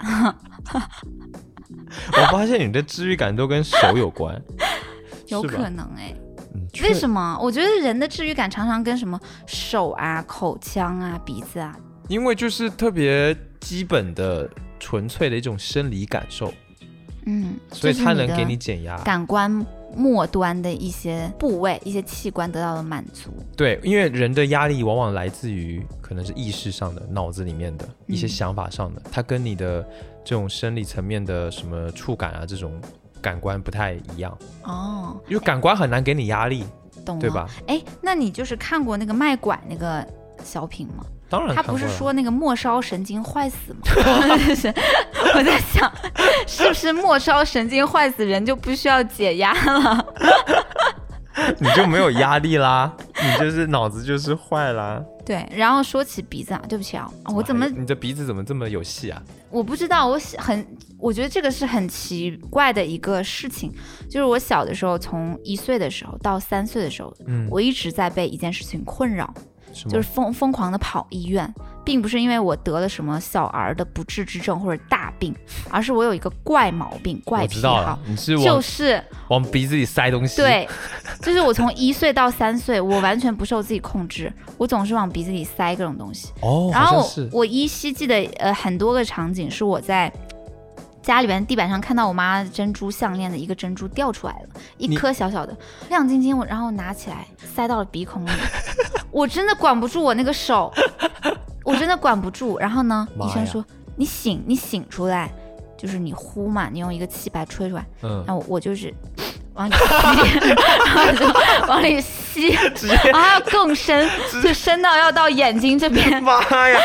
S1: 我发现你的治愈感都跟手有关
S2: 有
S1: 是吧
S2: 可能哎，
S1: 嗯
S2: 为什么？我觉得人的治愈感常常跟什么手啊、口腔啊、鼻子啊，
S1: 因为就是特别基本的、纯粹的一种生理感受，
S2: 嗯，
S1: 所以
S2: 这是
S1: 它能
S2: 的
S1: 给你减压。
S2: 感官末端的一些部位、一些器官得到了满足。
S1: 对，因为人的压力往往来自于可能是意识上的、脑子里面的一些
S2: 嗯
S1: 想法上的，它跟你的这种生理层面的什么触感啊这种感官不太一样，
S2: 哦，
S1: 因为感官很难给你压力，
S2: 懂了，
S1: 对？吧？
S2: 哎，那你就是看过那个卖拐那个小品吗？
S1: 当然嗯
S2: 他
S1: 看啊过
S2: 不
S1: 了，
S2: 是说那个末梢神经坏死吗？ 就是我在想，是不是末梢神经坏死，人就不需要解压了？
S1: 你就没有压力啦，你就是脑子就是坏啦。
S2: 对，然后说起鼻子啊，对不起啊，我怎么
S1: 哎你这鼻子怎么这么有戏啊？
S2: 我不知道，我喜很，我觉得这个是很奇怪的一个事情，就是我小的时候，从一岁的时候到三岁的时候，
S1: 嗯，
S2: 我一直在被一件事情困扰，
S1: 什么
S2: 就是疯疯狂的跑医院，并不是因为我得了什么小儿的不治之症或者大病，而是我有一个怪毛病、怪
S1: 我知
S2: 癖
S1: 道
S2: 好
S1: 了，，你是往、
S2: 就是
S1: 往鼻子里塞东西。，
S2: 对，就是我从一岁到三岁，我完全不受自己控制，我总是往鼻子里塞各种东西。
S1: 哦，
S2: 然
S1: 好
S2: 后
S1: 像是
S2: 我我依稀记得，呃，很多个场景是我在家里边地板上看到我妈珍珠项链的一个珍珠掉出来了，一
S1: 你
S2: 颗小小的，亮晶晶，我然后拿起来塞到了鼻孔里， 我真的管不住我那个手，我真的管不住。然后呢，医
S1: 妈
S2: 生
S1: 呀
S2: 说你醒，你醒出来，就是你呼嘛，你用一个气把它吹出来。
S1: 嗯，
S2: 那我我就是往里 吸，然后就往里吸，
S1: 直接。
S2: 然后要更深，就深到要到眼睛这 边
S1: 妈呀！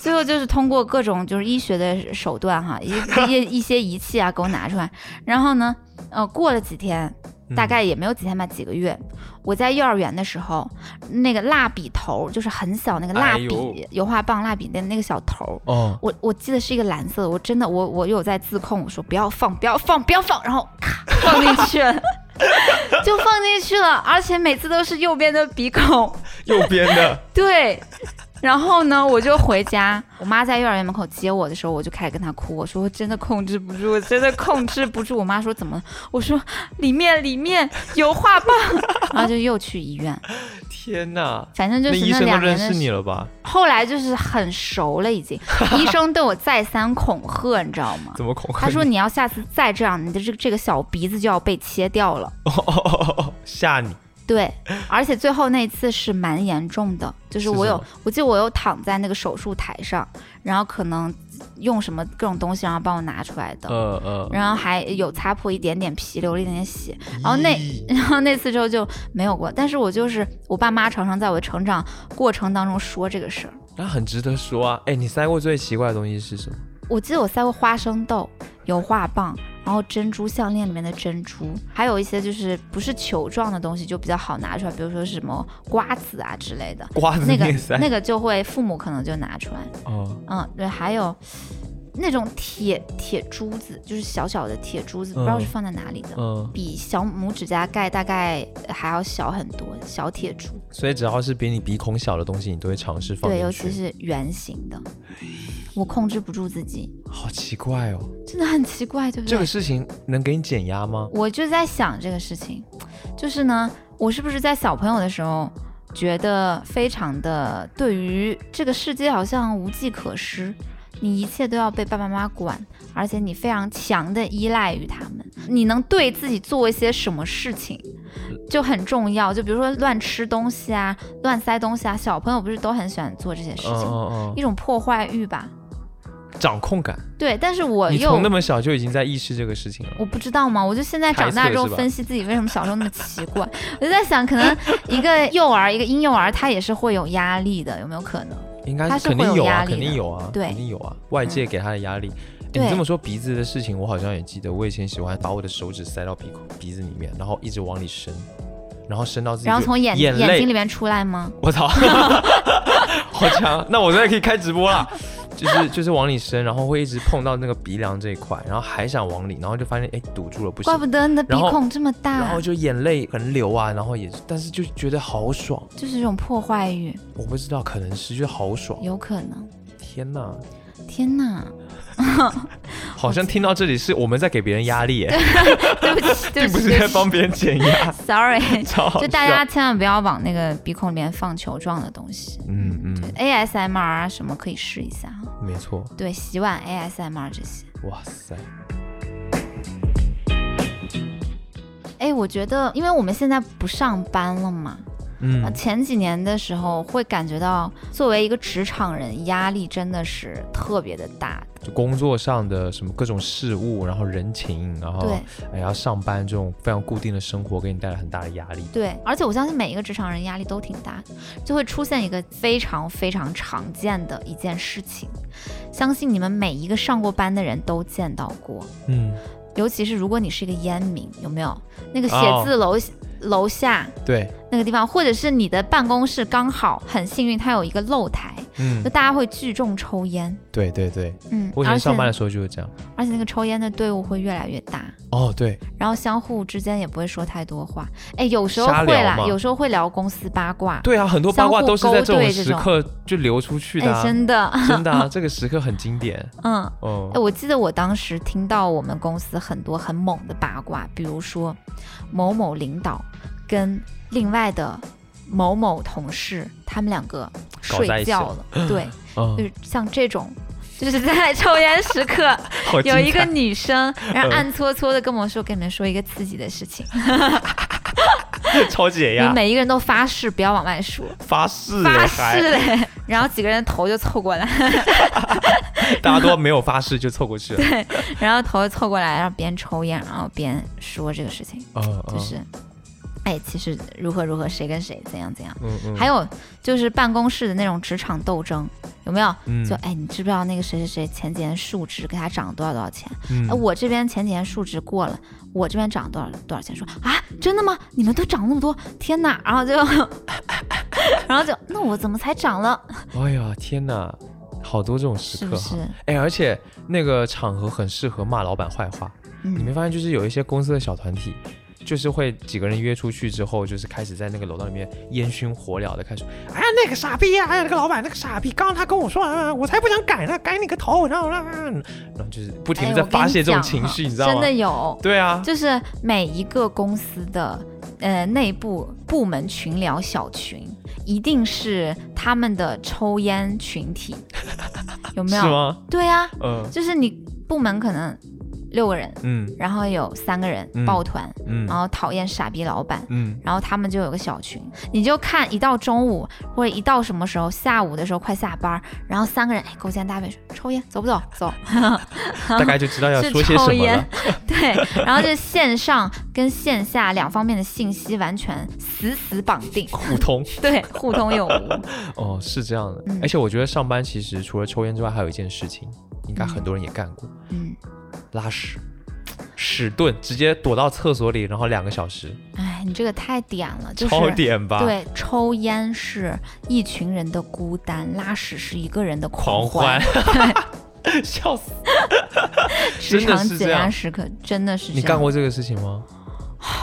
S2: 最后就是通过各种就是医学的手段哈， 一一一些仪器啊给我拿出来。然后呢，呃，过了几天， 大概也没有几天吧，几个月，我在幼儿园的时候，那个蜡笔头就是很小那个蜡
S1: 哎
S2: 笔
S1: 呦
S2: 油画棒蜡笔的那个小头。
S1: 哦，
S2: 我我记得是一个蓝色的，我真的我我有在自控，我说不要放，不要放，不要放，然后咔放进去了， 就放进去了，而且每次都是右边的鼻孔，
S1: 右边的，
S2: 对。然后呢，我就回家，我妈在幼儿园门口接我的时候，我就开始跟她哭，我说我真的控制不住，我真的控制不住。我妈说怎么了？我说里面里面有画棒， 然后就又去医院，
S1: 天哪！
S2: 反 正就
S1: 那
S2: 是
S1: 医生都
S2: 两
S1: 认
S2: 年的
S1: 识你了吧？
S2: 后来就是很熟了，已经。医生对我再三恐吓，你知道吗？
S1: 怎么恐吓？
S2: 他说：“你要下次再这样，你的这这个小鼻子就要被切掉了。
S1: 哦哦哦哦哦 吓你，
S2: 对，而且最后那一次是蛮严重的，就是
S1: 是
S2: 我
S1: 什
S2: 有
S1: 么，
S2: 我记得我有躺在那个手术台上，然后可能用什么各种东西，然后帮我拿出来的，
S1: 呃呃，
S2: 然后还有擦破一点点皮，流了一点点血，然后那
S1: 咦
S2: 然后那次之后就没有过。但是我就是我爸妈常常在我的成长过程当中说这个事儿。
S1: 那很值得说啊！哎，你塞过最奇怪的东西是什么？
S2: 我记得我塞过花生豆、油画棒，然后珍珠项链里面的珍珠，还有一些就是不是球状的东西就比较好拿出来，比如说是什么瓜子啊之类的。
S1: 瓜子
S2: 那个
S1: 也塞，
S2: 那个就会父母可能就拿出来，
S1: 哦，
S2: 嗯，对，还有那种铁铁珠子，就是小小的铁珠子，不知道是放在哪里的，
S1: 嗯，
S2: 比小拇指甲盖大概还要小很多，小铁珠，
S1: 所以只要是比你鼻孔小的东西，你都会尝试放
S2: 对，尤
S1: 进
S2: 其
S1: 去。
S2: 是圆形的，我控制不住自己，
S1: 好奇怪哦，
S2: 真的很奇怪，对不对？
S1: 这个事情能给你减压吗？
S2: 我就在想这个事情，就是呢，我是不是在小朋友的时候觉得非常的对于这个世界好像无计可施，你一切都要被爸爸妈妈管，而且你非常强的依赖于他们，你能对自己做一些什么事情
S1: 嗯
S2: 就很重要。就比如说乱吃东西啊，乱塞东西啊，小朋友不是都很喜欢做这些事
S1: 嗯
S2: 情，
S1: 嗯
S2: 一种破坏欲吧。
S1: 嗯，掌控感，
S2: 对，但是我
S1: 你
S2: 呃又
S1: 从那么小就已经在意识这个事情了。
S2: 我不知道吗？我就现在长大之
S1: 猜测
S2: 后
S1: 是吧
S2: 分析自己为什么小时候那么奇 怪，我就在想，可能一个幼儿，一个婴幼儿，他也是会有压力的，有没有可能？
S1: 应该
S2: 他
S1: 是
S2: 是
S1: 肯
S2: 会
S1: 定
S2: 有
S1: 有
S2: 压
S1: 啊，
S2: 力
S1: 肯定
S2: 的
S1: 有啊，
S2: 对
S1: 肯定有啊，外界给他的压力。诶
S2: 对
S1: 你这么说鼻子的事情，我好像也记得，我以前喜欢把我的手指塞到鼻孔鼻子里面，然后一直往里伸，然后伸到自己就，
S2: 然后从眼
S1: 眼泪
S2: 睛里面出来吗？
S1: 我操， 好强！那我现在可以开直播了，就是就是往里伸，然后会一直碰到那个鼻梁这一块，然后还想往里，然后就发现哎堵住了，不行
S2: 怪，不得啊你的鼻
S1: 然后
S2: 孔这么
S1: 然
S2: 大
S1: 后，就眼泪横流啊，然后也但是就觉得好爽，
S2: 就是这种破坏欲，
S1: 我不知道，可能是觉得好爽，
S2: 有可能。
S1: 天哪！
S2: 天哪，
S1: 好像听到这里是我们在给别人压力耶，
S2: 对不起，对
S1: 并不
S2: 不起
S1: 是
S2: 对
S1: 在
S2: 不起
S1: 帮别人减 压，
S2: ，sorry。
S1: 超好
S2: 就大
S1: 笑
S2: 家，千万不要往那个鼻孔里面放球状的东西。
S1: 嗯嗯，
S2: ASMR 啊，什么可以试一下哈。
S1: 没错，
S2: 对，洗碗 ASMR 这些。
S1: 哇塞，
S2: 哎，我觉得，因为我们现在不上班了嘛，啊，
S1: 嗯，
S2: 前几年的时候会感觉到，作为一个职场人，压力真的是特别的大。
S1: 就工作上的什么各种事物，然后人情，然后
S2: 对
S1: 哎，要上班这种非常固定的生活，给你带来很大的压力。
S2: 对，而且我相信每一个职场人压力都挺大的，就会出现一个非常非常常见的一件事情，相信你们每一个上过班的人都见到过。
S1: 嗯，
S2: 尤其是如果你是一个烟民，有没有那个写
S1: 哦
S2: 字楼楼下
S1: 对，
S2: 那个地方，或者是你的办公室刚好很幸运，它有一个露台，
S1: 嗯
S2: 就，大家会聚众抽烟。
S1: 对对对，
S2: 嗯，
S1: 我以
S2: 而
S1: 前
S2: 且
S1: 上班的时候就是这样。
S2: 而且那个抽烟的队伍会越来越大，
S1: 哦，对，
S2: 然后相互之间也不会说太多话。哎，有时候
S1: 瞎
S2: 会
S1: 聊
S2: 啦
S1: 嘛，
S2: 有时候会聊公司八卦。
S1: 对啊，很多八卦都是在这
S2: 相互勾
S1: 种
S2: 兑这
S1: 时
S2: 种
S1: 刻就流出去的、
S2: 哎，
S1: 啊，
S2: 真的，
S1: 真的、啊，这个时刻很经典。
S2: 嗯。
S1: 哦
S2: 哎，，我记得我当时听到我们公司很多很猛的八卦，比如说某某领导跟另外的某某同事，他们两个
S1: 搞在一
S2: 睡
S1: 起
S2: 觉了， 对，就
S1: 嗯，
S2: 是像这种，就是在 抽烟时刻
S1: 好精
S2: 有
S1: 彩
S2: 一个女生，然后
S1: 嗯
S2: 暗搓搓的跟我说，跟你们说一个刺激的事情，
S1: 超解
S2: 你们
S1: 压，
S2: 每一个人都发誓不要往外说，
S1: 发誓
S2: 发
S1: 哎，
S2: 誓
S1: 还
S2: 嘞，然后几个人头就凑过来，
S1: 大家都没有发誓就凑过去了。
S2: 然后头就凑过来，然后边抽烟，然后边说这个事情。
S1: 嗯
S2: 就
S1: 嗯
S2: 是，哎，其实如何如何，谁跟谁怎样怎样。
S1: 嗯嗯，
S2: 还有就是办公室的那种职场斗争，有没有？
S1: 嗯
S2: 就哎，你知不知道那个谁谁谁前几天述职给他涨了多少多少钱？
S1: 嗯
S2: 哎，我这边前几天述职过了，我这边涨了多少多少钱？说啊，真的吗？你们都涨那么多？天哪！然后就， 然后就，那我怎么才涨了？
S1: 哎呀，天哪，好多这种时
S2: 是不
S1: 刻
S2: 是
S1: 哈。？哎，而且那个场合很适合骂老板坏话。你
S2: 嗯
S1: 没发现，就是有一些公司的小团体，就是会几个人约出去之后，就是开始在那个楼道里面烟熏火燎的开始，哎呀那个傻逼啊，哎呀那个老板那个傻逼，刚刚他跟我说，啊，我才不想改呢，改你个头，然后然后然后就是不停
S2: 哎，
S1: 的在
S2: 我跟
S1: 发
S2: 你
S1: 泄这种
S2: 讲
S1: 情
S2: 哈
S1: 绪，你知道
S2: 真
S1: 吗
S2: 的？有，
S1: 对啊，
S2: 就是每一个公司的呃内部部门群聊小群，一定是他们的抽烟群 体，有没
S1: 是
S2: 有？
S1: 吗？
S2: 对呀、
S1: 嗯
S2: 就是你部门可能六个人，
S1: 嗯
S2: 然后有三个人
S1: 嗯
S2: 抱团，然
S1: 嗯
S2: 后讨厌傻逼老板。
S1: 嗯，
S2: 然后他们就有个小群，你就看一到中午或者一到什么时候，下午的时候快下班，然后三个人哎勾肩搭背说抽烟走不走？走，
S1: 大概就知道要
S2: 是
S1: 说些
S2: 抽
S1: 什么
S2: 烟
S1: 了。，
S2: 对，然后这线上跟线下两方面的信息完全死死绑定，
S1: 互 通
S2: 对，互通有无，
S1: 哦，是这样的。
S2: 嗯
S1: 而且我觉得上班其实除了抽烟之外，还有一件事情，应该
S2: 嗯
S1: 很多人也干过，
S2: 嗯，
S1: 拉屎，屎遁，直接躲到厕所里，然后两个小时，
S2: 哎，你这个太点了，就是
S1: 超点吧？，
S2: 对，抽烟是一群人的孤单，拉屎是一个人的
S1: 狂
S2: 欢
S1: 欢，，笑死！
S2: 职
S1: 真的
S2: 场
S1: 是这
S2: 解压
S1: 样
S2: 时刻真的是这
S1: 你
S2: 样。
S1: 干过这个事情吗？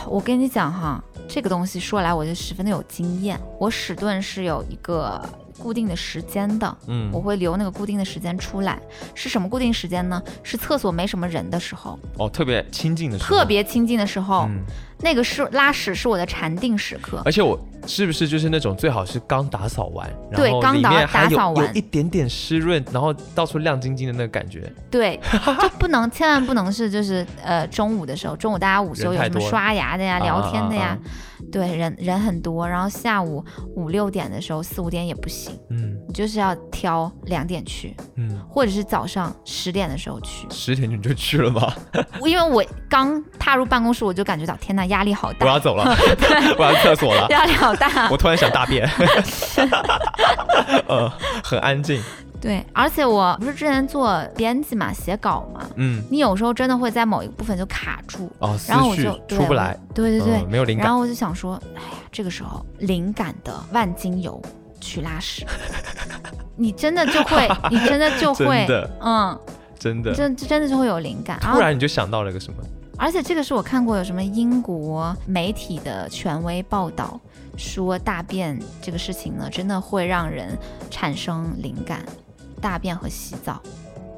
S2: 我跟你讲哈，这个东西说来我就十分的有经验，我屎遁是有一个固定的时间的，
S1: 嗯
S2: 我，会留那个固定的时间出来。是什么固定时间呢？是厕所没什么人的时候，
S1: 哦，特别亲近的时候，
S2: 特别哦清静的时候，
S1: 嗯。
S2: 那个是拉屎是我的禅定 时刻。
S1: 而且我是不是就是那种最好是刚打扫完，然
S2: 对
S1: 后
S2: 刚
S1: 里
S2: 打
S1: 面还
S2: 打
S1: 有
S2: 扫完
S1: 有一点点湿润，然后到处亮晶晶的那个感觉。
S2: 对，就不能千万不能是就是呃中午的时候，中午大家午休
S1: 人
S2: 有
S1: 太
S2: 什么
S1: 多了
S2: 刷牙的呀、
S1: 啊
S2: 聊天的呀，
S1: 啊啊
S2: 对，人人很多，然后下午五六点的时候，四五点也不行，
S1: 嗯
S2: 你就是要挑两点去，
S1: 嗯，，
S2: 或者是早上十点的时候去
S1: 十点你就去了 吧？
S2: 因为我刚踏入办公室，我就感觉到天呐，压力好
S1: 我
S2: 大，
S1: 要走了， 我要去厕所 了，
S2: 压力好大。
S1: 我突然想大 便。 呃，很安静。
S2: 对，而且我不是之前做编辑嘛，写稿嘛，
S1: 嗯，
S2: 你有时候真的会在某一个部分就卡住，
S1: 哦，思
S2: 然后我
S1: 绪
S2: 就对
S1: 出不
S2: 我
S1: 来，
S2: 对对对，
S1: 嗯，没有灵
S2: 然
S1: 感。
S2: 后我就想说，哎呀，这个时候灵感的万金油去 拉屎，你真的就会，你真的就会
S1: 真，的，
S2: 嗯，
S1: 真的，
S2: 真真的就会有灵感。然
S1: 突
S2: 后，
S1: 然你就想到了个什么？
S2: 而且这个是我看过有什么英国媒体的权威报道说，大便这个事情呢，真的会让人产生灵感。大便和洗澡，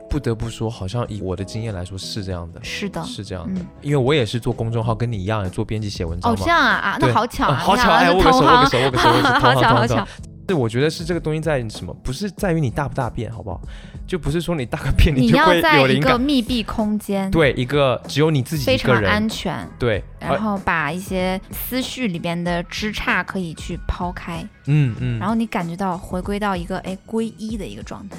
S1: 不得不说，好像以我的经验来说是这样的，
S2: 是的，
S1: 是这样的，
S2: 嗯，
S1: 因为我也是做公众号，跟你一样做编辑写文章
S2: 哦，
S1: 嘛。
S2: 这样啊啊，那
S1: 对
S2: 好巧
S1: 嗯
S2: 啊，
S1: 好
S2: 那
S1: 巧！
S2: 好
S1: 哎，
S2: 像
S1: 握
S2: 是
S1: 个手，
S2: 同
S1: 握个
S2: 行，
S1: 手，握个手，握个手，同
S2: 好
S1: 行
S2: 巧，好
S1: 同行
S2: 巧。，
S1: 是我觉得是这个东西在于什么，不是在于你大不大便，好不好？就不是说你大个便
S2: 你
S1: 就
S2: 要
S1: 会
S2: 在
S1: 有
S2: 一
S1: 灵
S2: 个
S1: 感，
S2: 密闭空间，
S1: 对，一个只有你自己
S2: 非
S1: 一个
S2: 常
S1: 人，哎
S2: 安全，
S1: 对，
S2: 然
S1: 而
S2: 后把一些思绪里边的枝杈可以去抛开，
S1: 嗯嗯，
S2: 然后你感觉到回归到一个哎归一的一个状态，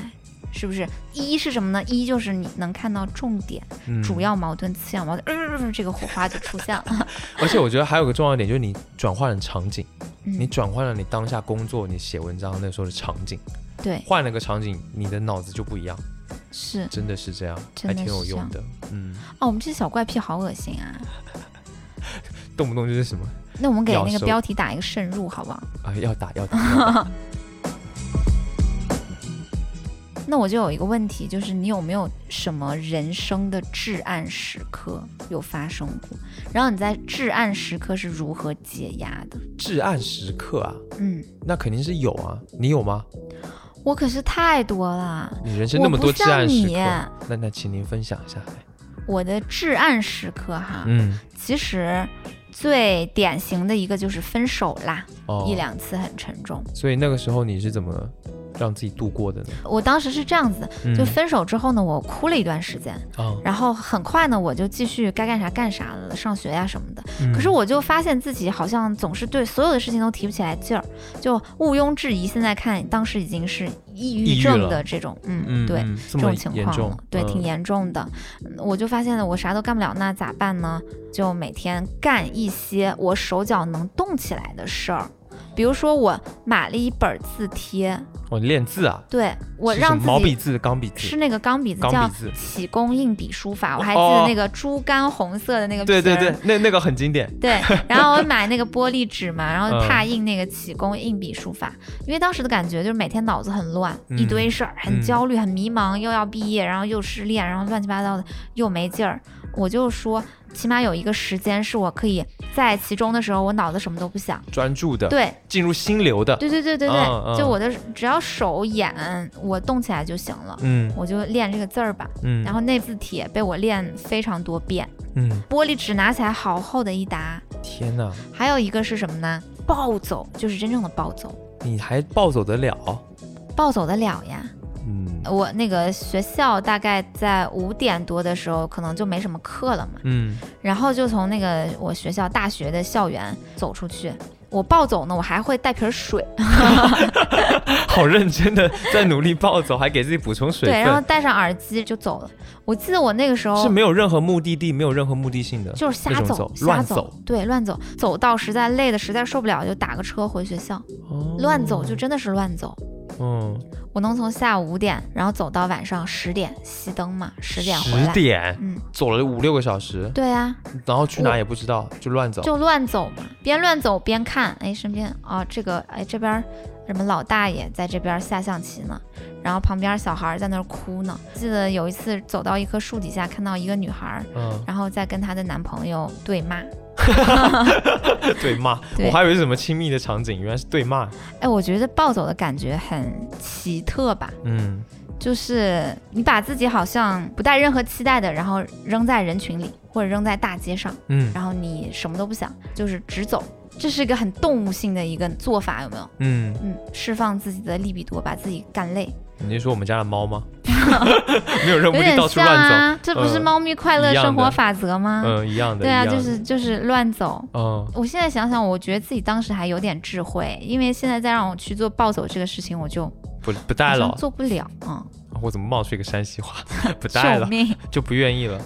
S2: 是不是？一是什么呢？一就是你能看到重点，
S1: 嗯
S2: 主。要矛盾、次要矛盾，呃、这个火花就出现 了。
S1: 而且我觉得还有个重要点就是你转换了场景，你
S2: 嗯，
S1: 转换了你当下工作、你写文章那时候的场景，
S2: 对，
S1: 换了个场景，你的脑子就不一样，
S2: 是
S1: 真的是这样，
S2: 真
S1: 还
S2: 的
S1: 挺有
S2: 是这
S1: 用
S2: 样
S1: 的。嗯，
S2: 哦，我们这些小怪癖好恶心啊！
S1: 动不动就是什么
S2: 那我们给
S1: 咬
S2: 那个
S1: 手
S2: 标题打一个慎入，好不好？
S1: 啊，要打要打，要打
S2: 那我就有一个问题，就是你有没有什么人生的至暗时刻有发生过？然后你在至暗时刻是如何解压的？
S1: 至暗时刻啊，
S2: 嗯，
S1: 那肯定是有啊，你有吗？
S2: 我可是太多了，
S1: 你人生那么多至暗时
S2: 我不像啊
S1: 刻，那那请您分享一下。
S2: 我的至暗时刻哈，
S1: 嗯，
S2: 其实最典型的一个就是分手啦，
S1: 哦，
S2: 一两次很沉重。
S1: 所以那个时候你是怎么让自己度过的呢？
S2: 我当时是这样子，
S1: 嗯
S2: 就分手之后呢，我哭了一段时间，
S1: 啊，
S2: 然后很快呢，我就继续该干啥干啥了，上学呀、什么的。
S1: 嗯
S2: 可是我就发现自己好像总是对所有的事情都提不起来劲儿，就毋庸置疑。现在看，当时已经是抑
S1: 抑
S2: 郁
S1: 郁
S2: 症
S1: 了
S2: 的这种，
S1: 嗯，
S2: 嗯，对。
S1: 嗯这
S2: 这
S1: 么
S2: 种情
S1: 严
S2: 况
S1: 重
S2: 了，对，挺
S1: 嗯
S2: 严重的。嗯我就发现了，我啥都干不了，那咋办呢？就每天干一些我手脚能动起来的事儿，比如说我买了一本字贴，
S1: 哦，你练字啊，
S2: 对我
S1: 是什
S2: 让
S1: 么
S2: 自
S1: 毛
S2: 己
S1: 笔字、钢笔字
S2: 是，那个钢笔字
S1: 钢
S2: 叫
S1: 笔字
S2: 启功硬笔书法，我还记
S1: 哦
S2: 得那个猪肝红色的那个皮
S1: 对
S2: 儿
S1: 对对，那那个很经典。
S2: 对，然后我买那个玻璃纸嘛，然后
S1: 嗯
S2: 拓印那个启功硬笔书法，因为当时的感觉就是每天脑子很乱，一
S1: 嗯
S2: 堆事儿，很
S1: 嗯
S2: 焦虑，很迷茫，又要毕业，然后又失恋，然后乱七八糟的，又没劲儿。我就说，起码有一个时间是我可以在其中的时候，我脑子什么都不想。
S1: 专注的，
S2: 对，
S1: 进入心流的，
S2: 对对对对
S1: 嗯
S2: 对，就
S1: 嗯
S2: 我的只要手眼我动起来就行了，
S1: 嗯
S2: 我就练这个字儿吧。
S1: 嗯，
S2: 然后那字帖被我练非常多遍，
S1: 嗯，
S2: 玻璃纸拿起来好厚的一沓。
S1: 天哪，
S2: 还有一个是什么呢？暴走，就是真正的暴走，
S1: 你还暴走得了？
S2: 暴走得了呀。
S1: 嗯
S2: 我那个学校大概在五点多的时候，可能就没什么课了嘛，
S1: 嗯，
S2: 然后就从那个我学校大学的校园走出去。我暴走呢，我还会带瓶水，
S1: 好认真的 在努力暴走，还给自己补充水
S2: 对，然后哦
S1: 分，
S2: 戴上耳机就走了。我记得我那个时
S1: 是
S2: 候
S1: 没有任何目的地，没有任何目的性的，
S2: 就是瞎
S1: 那种
S2: 走，
S1: 走
S2: 瞎
S1: 乱走
S2: 对，乱走，走到实在累的，实在受不了，就打个车回学校。
S1: 哦
S2: 乱走就真的是乱走，
S1: 嗯
S2: 我能从下午五点，然后走到晚上十点，熄灯嘛，十点回
S1: 十
S2: 来。
S1: 点
S2: 嗯，
S1: 走了五六个小时，
S2: 对啊，
S1: 然后去哪也不知道，就乱走，
S2: 就乱走嘛，边乱走边看，哎，身边啊，这个哎这边儿什么老大爷在这边儿下象棋呢，然后旁边小孩儿在那儿哭呢。记得有一次走到一棵树底下，看到一个女孩儿，
S1: 嗯，
S2: 然后在跟她的男朋友对骂。
S1: 对骂，
S2: 对
S1: 我还以为是什么亲密的场景，原来是对骂，
S2: 哎，我觉得暴走的感觉很奇特吧，
S1: 嗯，
S2: 就是你把自己好像不带任何期待的，然后扔在人群里或者扔在大街上，
S1: 嗯
S2: 然后你什么都不想，就是直走，这是一个很动物性的一个做法，有没有？
S1: 嗯，
S2: 嗯，释放自己的利比多，把自己干累，
S1: 你是说我们家的猫 吗？没有任
S2: 有
S1: 何目的
S2: 点
S1: 到处
S2: 像
S1: 乱
S2: 啊，这不是
S1: 嗯
S2: 猫咪快乐
S1: 一样
S2: 生活
S1: 的
S2: 法则吗
S1: 走，？嗯，一样的，
S2: 对啊，
S1: 一样
S2: 就
S1: 的
S2: 是就是乱走。
S1: 嗯
S2: 我现在想想，我觉得自己当时还有点智慧，因为现在再让我去做暴走这个事情，我就
S1: 不不
S2: 好
S1: 带了
S2: 像，做不了，嗯，
S1: 我怎么冒出一个山西 话？不带
S2: 救
S1: 了，
S2: 命！
S1: 就不愿意了。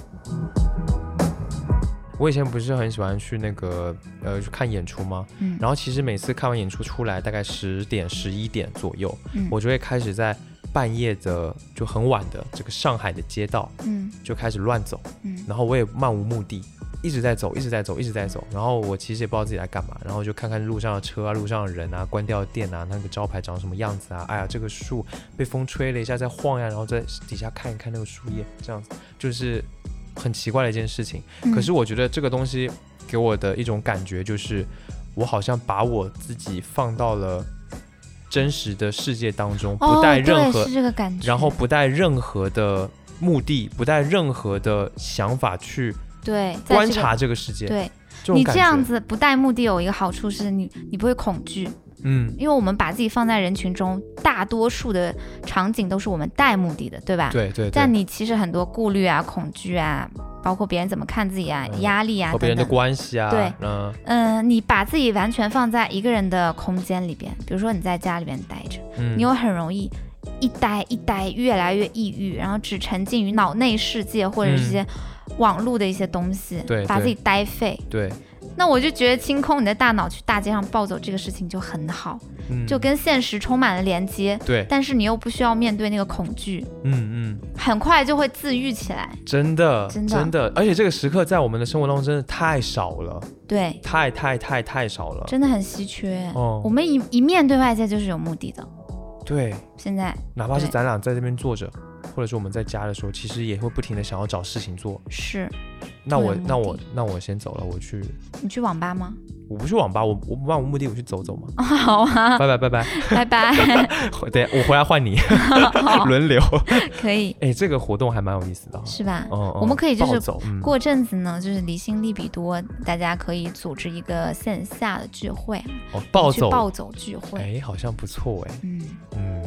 S1: 我以前不是很喜欢去那个呃去看演出吗？
S2: 嗯
S1: 然后其实每次看完演出出来，大概十点十一点左右，
S2: 嗯
S1: 我就会开始在半夜的就很晚的这个上海的街道
S2: 嗯
S1: 就开始乱走，
S2: 嗯
S1: 然后我也漫无目的，一直在走，一直在走，一直在走。然后我其实也不知道自己在干嘛，然后就看看路上的车啊，路上的人啊，关掉的店啊，那个招牌长什么样子啊？哎呀，这个树被风吹了一下在晃呀，然后在底下看一看那个树叶，这样子就是很奇怪的一件事情。
S2: 嗯，
S1: 可是我觉得这个东西给我的一种感觉就是，我好像把我自己放到了真实的世界当中，
S2: 哦
S1: 不带任
S2: 对
S1: 何
S2: 是这个感觉，
S1: 然后不带任何的目的，不带任何的想法去
S2: 对在
S1: 观
S2: 这个
S1: 察这个世界。
S2: 对
S1: 这种
S2: 你
S1: 感
S2: 这样
S1: 觉，
S2: 子不带目的有一个好处是你你不会恐惧，
S1: 嗯，
S2: 因为我们把自己放在人群中，大多数的场景都是我们带目的的，对吧？
S1: 对对对
S2: 但，你其实很多顾虑啊、恐惧啊，包括别人怎么看自己啊、
S1: 嗯
S2: 压力啊
S1: 和别人
S2: 等
S1: 的
S2: 等。
S1: 关系啊，
S2: 对
S1: 嗯，
S2: 嗯、你把自己完全放在一个人的空间里边，比如说你在家里边待着，
S1: 嗯
S2: 你又很容易一待一待，越来越抑郁，然后只沉浸于脑内世界或者是一些网络的一些东西，
S1: 嗯对
S2: 把
S1: 对
S2: 自己待废。
S1: 对，
S2: 那我就觉得清空你的大脑，去大街上暴走这个事情就很好，
S1: 嗯，
S2: 就跟现实充满了连接，
S1: 对，
S2: 但是你又不需要面对那个恐惧，
S1: 嗯嗯，
S2: 很快就会自愈起来。
S1: 真的
S2: 真的
S1: 的而且这个时刻在我们的生活当中真的太少了，
S2: 对，
S1: 太太太太少了。
S2: 真的很稀缺。
S1: 哦
S2: 我们一一面对外界就是有目的的。
S1: 对，
S2: 现在
S1: 哪怕是
S2: 对
S1: 咱俩在这边坐着，或者是我们在家的时候，其实也会不停的想要找事情做。
S2: 是
S1: 那我
S2: 对目的
S1: 那我那我先走了，我去，
S2: 你去网 吧吗？
S1: 我不去网吧，我我不漫无目的，我去走走嘛。
S2: 好啊，
S1: 拜拜拜 拜，
S2: 拜拜。
S1: 回对，我回来换 你，
S2: 好，
S1: 轮流。
S2: 可以
S1: 哎，这个活动还蛮有意思的哈。
S2: 是吧？
S1: 哦，
S2: 我们
S1: 哦
S2: 可以就是
S1: 暴走，嗯
S2: 过阵子呢，就是离心力比多，大家可以组织一个线下的聚会，啊
S1: 哦暴
S2: 去
S1: 走，
S2: 暴走聚会。
S1: 哎，好像不错哎，
S2: 嗯，
S1: 嗯，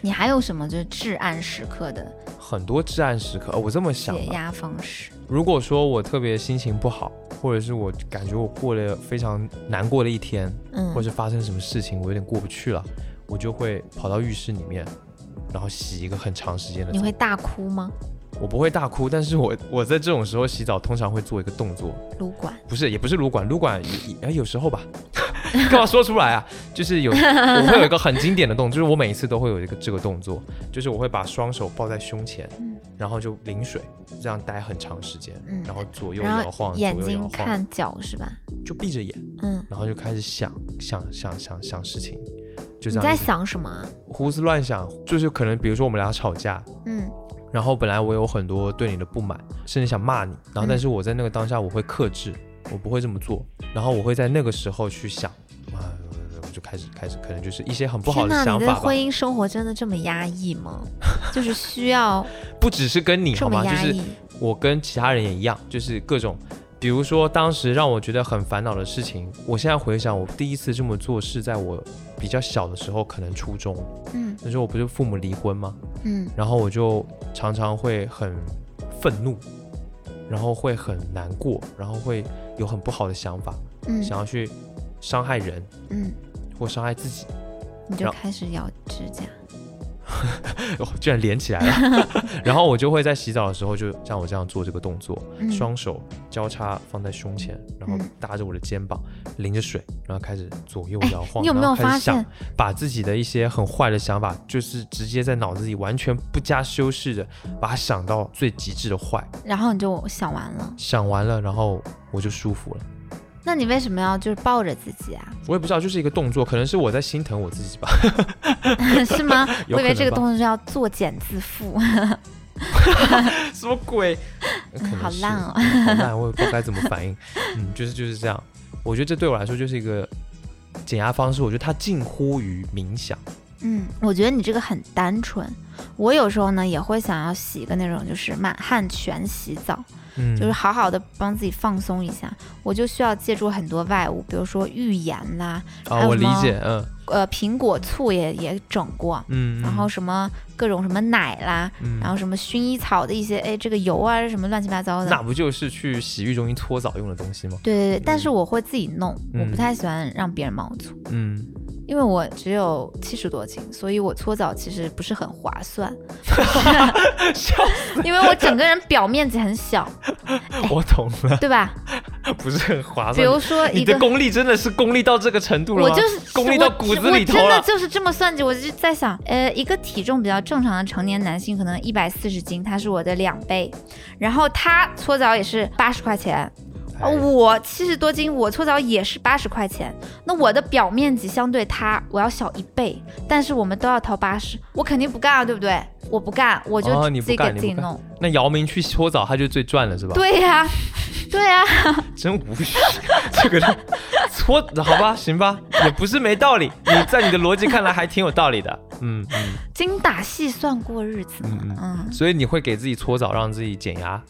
S2: 你还有什么就是至暗时刻的
S1: 很多至暗时刻。哦我这么想
S2: 解
S1: 啊，
S2: 压方式？
S1: 如果说我特别心情不好，或者是我感觉我过了非常难过的一天，
S2: 嗯
S1: 或者是发生什么事情我有点过不去了，我就会跑到浴室里面，然后洗一个很长时间的
S2: 你
S1: 澡。
S2: 会大哭吗？
S1: 我不会大哭，但是我我在这种时候洗澡通常会做一个动作，
S2: 撸管
S1: 不是也不是撸管，撸管也哎有时候吧， 干嘛说出来啊？就是有我会有一个很经典的动作，就是我每一次都会有一个这个动作，就是我会把双手抱在胸前，
S2: 嗯
S1: 然后就淋水，这样待很长时间，
S2: 嗯
S1: 然后左右
S2: 然后
S1: 摇晃，左
S2: 眼
S1: 右摇
S2: 睛
S1: 晃，
S2: 看脚是吧？
S1: 就闭着眼，
S2: 嗯，
S1: 然后就开始想想想想想事情，就这
S2: 你
S1: 样
S2: 在
S1: 一直
S2: 想什么啊？
S1: 胡思乱想，就是可能比如说我们俩吵架，
S2: 嗯
S1: 然后本来我有很多对你的不满，甚至想骂你，然后
S2: 嗯
S1: 但是我在那个当下我会克制，我不会这么做，然后我会在那个时候去想，啊，我就开始开始可能就是一些很不好
S2: 天呐，
S1: 想
S2: 你的
S1: 法吧
S2: 婚，姻生活真的这么压抑吗？就是需要
S1: 不只是跟 你
S2: 这
S1: 好
S2: 么
S1: 吗？就
S2: 压
S1: 是
S2: 抑？
S1: 我跟其他人也一样，就是各种，比如说当时让我觉得很烦恼的事情，我现在回想，我第一次这么做是在我比较小的时候，可能初中，
S2: 嗯
S1: 那时候我不是父母离婚吗？
S2: 嗯
S1: 然后我就常常会很愤怒，然后会很难过，然后会有很不好的想法，
S2: 嗯
S1: 想要去伤害人
S2: 嗯，
S1: 或伤害自己，
S2: 你就
S1: 然
S2: 开始咬指甲。
S1: 哦、居然连起来了。 然后我就会在洗澡的时候，就像我这样做这个动作，
S2: 嗯
S1: 双手交叉放在胸前，然后
S2: 嗯
S1: 搭着我的肩膀，淋着水，然后开始左右
S2: 哎
S1: 摇晃。
S2: 你有没
S1: 然后
S2: 有
S1: 开始
S2: 发
S1: 想
S2: 现？
S1: 把自己的一些很坏的想法，就是直接在脑子里完全不加修饰的，把它想到最极致的坏。
S2: 然后你就想完了，
S1: 想完了，然后我就舒服了。
S2: 那你为什么要就是抱着自己啊？
S1: 我也不知道，就是一个动作，可能是我在心疼我自己吧。
S2: 是吗？
S1: 有
S2: 我
S1: 可
S2: 以为
S1: 能
S2: 这个
S1: 吧
S2: 动作是要作茧自缚。
S1: 什么鬼？可能
S2: 好
S1: 是嗯
S2: 烂哦
S1: 好烂，我也不知道该怎么反应。嗯，就是就是这样。我觉得这对我来说就是一个减压方式。我觉得它近乎于冥想。
S2: 嗯，我觉得你这个很单纯。我有时候呢也会想要洗一个那种就是满汉全洗澡，
S1: 嗯，
S2: 就是好好的帮自己放松一下。我就需要借助很多外物，比如说浴盐啦，还
S1: 啊，
S2: 有
S1: 我
S2: 什
S1: 理
S2: 么
S1: 解，嗯
S2: 呃，苹果醋也也整过，
S1: 嗯。
S2: 然后，什么各种什么奶啦，
S1: 嗯
S2: 然后什么薰衣草的一些哎这个油啊什么乱七八糟的。
S1: 那不就是去洗浴中心搓澡用的东西吗？
S2: 对对对，但是我会自己弄，我不
S1: 嗯
S2: 太喜欢让别人帮我搓。
S1: 嗯，
S2: 因为我只有七十多斤，所以我搓澡其实不是很划算。因为我整个人表面积很小，
S1: 我懂了，
S2: 对吧？
S1: 不是很划
S2: 比
S1: 算。
S2: 如说
S1: 啊你
S2: 一
S1: 的
S2: 个，
S1: 功力真的是功力到这个程度了
S2: 我
S1: 吗？
S2: 就是
S1: 功力到骨子里头
S2: 我我真的
S1: 了。
S2: 就是这么算计。我就在想，呃，一个体重比较正常的成年男性可能一百四十斤，他是我的两倍，然后他搓澡也是八十块钱，哦
S1: 哎
S2: 我七十多斤，我搓澡也是八十块钱，那我的表面积相对它我要小一倍，但是我们都要掏八十，我肯定不干啊，对不对？我不干，我就
S1: 哦你
S2: 自
S1: 不
S2: 己给
S1: 干
S2: 自己
S1: 你不干
S2: 弄。
S1: 那姚明去搓澡，他就最赚了，是吧？，
S2: 对呀、 对呀、
S1: 真无语， 这个人搓好吧，行吧，也不是没道理。你在你的逻辑看来还挺有道理的，嗯嗯。
S2: 精打细算过日子嘛，
S1: 嗯
S2: 嗯，
S1: 所以你会给自己搓澡，让自己减压。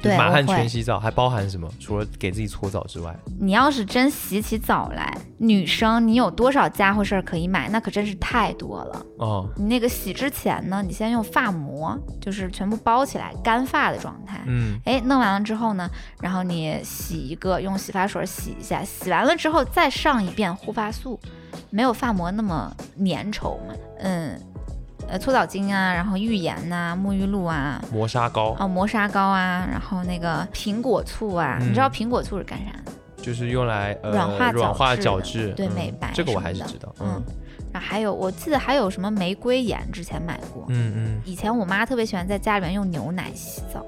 S2: 对
S1: 满汉
S2: 我会
S1: 全洗澡还包含什么？除了给自己搓澡之外，
S2: 你要是真洗起澡来，女生你有多少家伙事儿可以买，那可真是太多了。
S1: 哦，
S2: 你那个洗之前呢，你先用发膜，就是全部包起来，干发的状态，
S1: 嗯，
S2: 哎，弄完了之后呢，然后你洗一个，用洗发水洗一下，洗完了之后再上一遍护发素，没有发膜那么粘稠嘛。嗯，呃搓澡巾啊，然后浴盐呐、沐浴露啊，
S1: 磨砂膏
S2: 啊、磨砂膏啊，然后那个苹果醋啊，
S1: 嗯
S2: 你知道苹果醋是干啥的？
S1: 就是用来呃
S2: 软化
S1: 软化角
S2: 角质
S1: 质，
S2: 的对
S1: 嗯
S2: 美白
S1: 这个我
S2: 什么
S1: 还是
S2: 的
S1: 知道，
S2: 嗯
S1: 嗯，
S2: 啊，还有我记得还有什么玫瑰盐，之前买过。
S1: 嗯嗯，
S2: 以前我妈特别喜欢在家里面用牛奶洗澡，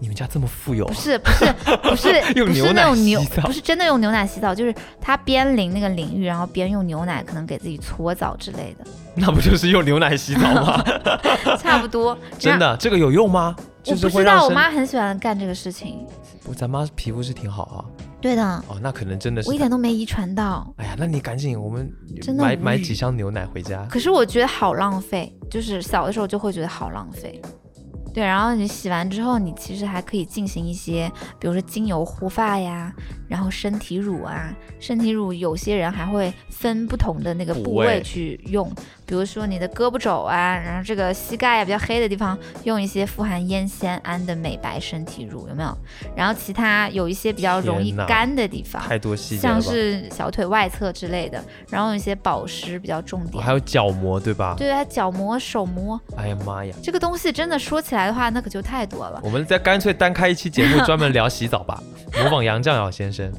S1: 你们家这么富有
S2: 不
S1: 啊，
S2: 是不是不是
S1: 用
S2: 不
S1: 牛
S2: 是
S1: 奶
S2: 那种
S1: 洗
S2: 牛，
S1: 澡
S2: 不是真的用牛奶洗澡，就是她边淋那个淋浴，然后边用牛奶可能给自己搓澡之类的，
S1: 那不就是用牛奶洗澡 吗？
S2: 差不多。这
S1: 真
S2: 样，
S1: 的，这个有用吗？就
S2: 我
S1: 是
S2: 不
S1: 会
S2: 知
S1: 让
S2: 道，我
S1: 身，
S2: 妈很喜欢干这个事情。
S1: 不咱妈皮肤是挺好啊，
S2: 对的，
S1: 哦，那可能真的是
S2: 我一，点都没遗传到。
S1: 哎呀，那你赶紧我们
S2: 真的
S1: 买
S2: 无
S1: 买
S2: 语
S1: 几箱牛奶回家，
S2: 可是我觉得好浪费，就是小的时候就会觉得好浪费。对，然后你洗完之后，你其实还可以进行一些，比如说精油护发呀，然后身体乳啊，身体乳有些人还会分不同的那个
S1: 部
S2: 部
S1: 位
S2: 位去用，比如说你的胳膊肘啊，然后这个膝盖啊比较黑的地方，用一些富含烟酰胺的美白身体乳，有没有？然后其他有一些比较容易
S1: 天哪
S2: 干的地方，
S1: 太多细节了
S2: 像
S1: 吧？
S2: 是小腿外侧之类的，然后有一些保湿比较重
S1: 哦
S2: 点
S1: 还。有角膜对吧？
S2: 对，还角膜、手膜，
S1: 哎呀妈呀！
S2: 这个东西真的说起来的话，那可就太多了。
S1: 我们再干脆单开一期节 目专门聊洗澡吧，模仿杨绛瑶先生，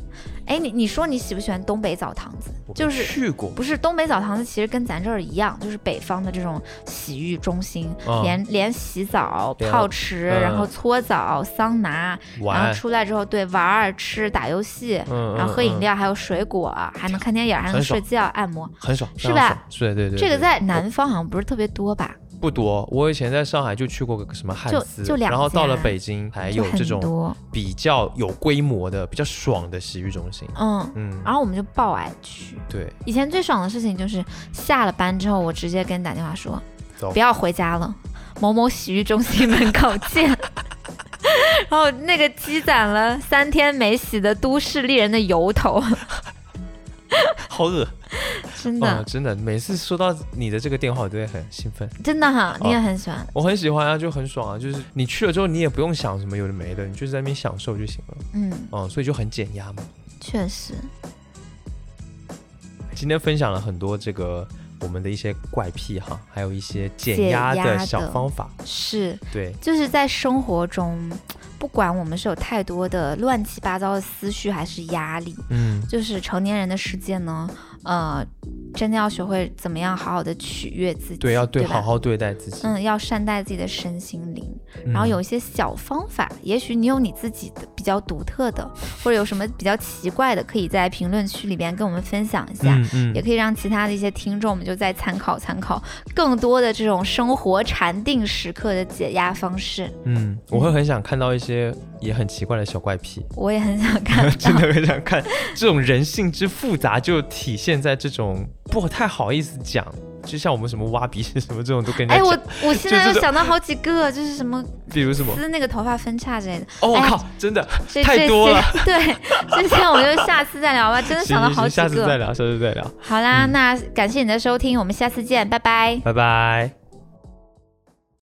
S2: 哎，你你说你喜不喜欢东北澡堂子
S1: 我？没
S2: 就是
S1: 去过，
S2: 不是东北澡堂子，其实跟咱这儿一样，就是北方的这种洗浴中心，
S1: 嗯
S2: 连连洗澡、
S1: 连
S2: 泡池，
S1: 嗯
S2: 然后搓澡、桑拿，然后
S1: 玩，
S2: 出来之后对玩儿、吃、打游戏，
S1: 嗯，
S2: 然
S1: 嗯
S2: 后喝饮
S1: 嗯
S2: 料，还有水果，还能看电影，还能
S1: 很爽
S2: 睡觉、按摩。
S1: 很爽，非
S2: 是
S1: 常
S2: 吧
S1: 爽？对对对，
S2: 这个
S1: 对
S2: 在南方好像不是特别多吧？
S1: 不多，我以前在上海就去过个什么汉
S2: 就
S1: 斯，
S2: 就两
S1: 然后到了
S2: 家
S1: 北京才
S2: 就
S1: 有
S2: 很
S1: 这种
S2: 多，
S1: 比较有规模的、比较爽的洗浴中心。
S2: 嗯，
S1: 嗯，
S2: 然后我们就爆爱去。
S1: 对，
S2: 以前最爽的事情就是下了班之后，我直接跟你打电话说
S1: 走，
S2: 不要回家了，某某洗浴中心门口见。 然后那个积攒了三天没洗的都市丽人的油头，
S1: 好恶
S2: 真
S1: 啊、
S2: 的、
S1: 真的，每次说到你的这个电话，我都会很兴奋，
S2: 真的哈，
S1: 嗯
S2: 你也很喜欢，
S1: 我很喜欢啊，就很爽啊，就是你去了之后，你也不用想什么有的没的，你就在那边享受就行了，
S2: 嗯，
S1: 嗯，所以就很减压嘛。
S2: 确实，
S1: 今天分享了很多这个我们的一些怪癖哈，还有一些减
S2: 解
S1: 压的
S2: 压
S1: 小
S2: 的
S1: 方法，
S2: 是
S1: 对，
S2: 就是在生活中，不管我们是有太多的乱七八糟的思绪还是压力，
S1: 嗯，
S2: 就是成年人的世界呢，呃，真的要学会怎么样好好的取悦自己，
S1: 对，要
S2: 对
S1: 对
S2: 吧
S1: 好好对待自己，
S2: 嗯，要善待自己的身心灵，
S1: 嗯
S2: 然后有一些小方法，也许你有你自己的比较独特的，或者有什么比较奇怪的，可以在评论区里边跟我们分享一下，
S1: 嗯嗯
S2: 也可以让其他的一些听众们就再参考参考更多的这种生活禅定时刻的解压方式。
S1: 嗯，我会很想看到一些也很奇怪的小怪癖，
S2: 我也很想看
S1: 真
S2: 到，
S1: 的很想看。这种人性之复杂就体现在这种不太好意思讲，就像我们什么挖鼻屎什么这种都跟人
S2: 哎，
S1: 家
S2: 我哎
S1: 讲，
S2: 我现在
S1: 就这
S2: 又
S1: 种
S2: 想到好几个，就是什么
S1: 比如什么，
S2: 撕那个头发分叉之类的，
S1: 哦，我
S2: 哎
S1: 靠，真的
S2: 这
S1: 太
S2: 这
S1: 多
S2: 些
S1: 了
S2: 对，这些我们就下次再聊吧，真的
S1: 行
S2: 想到
S1: 行
S2: 好
S1: 行，
S2: 几
S1: 下次
S2: 个
S1: 再。聊，下次再聊，
S2: 好啦，那感谢你的收听，我们下次见，拜拜。
S1: 拜拜。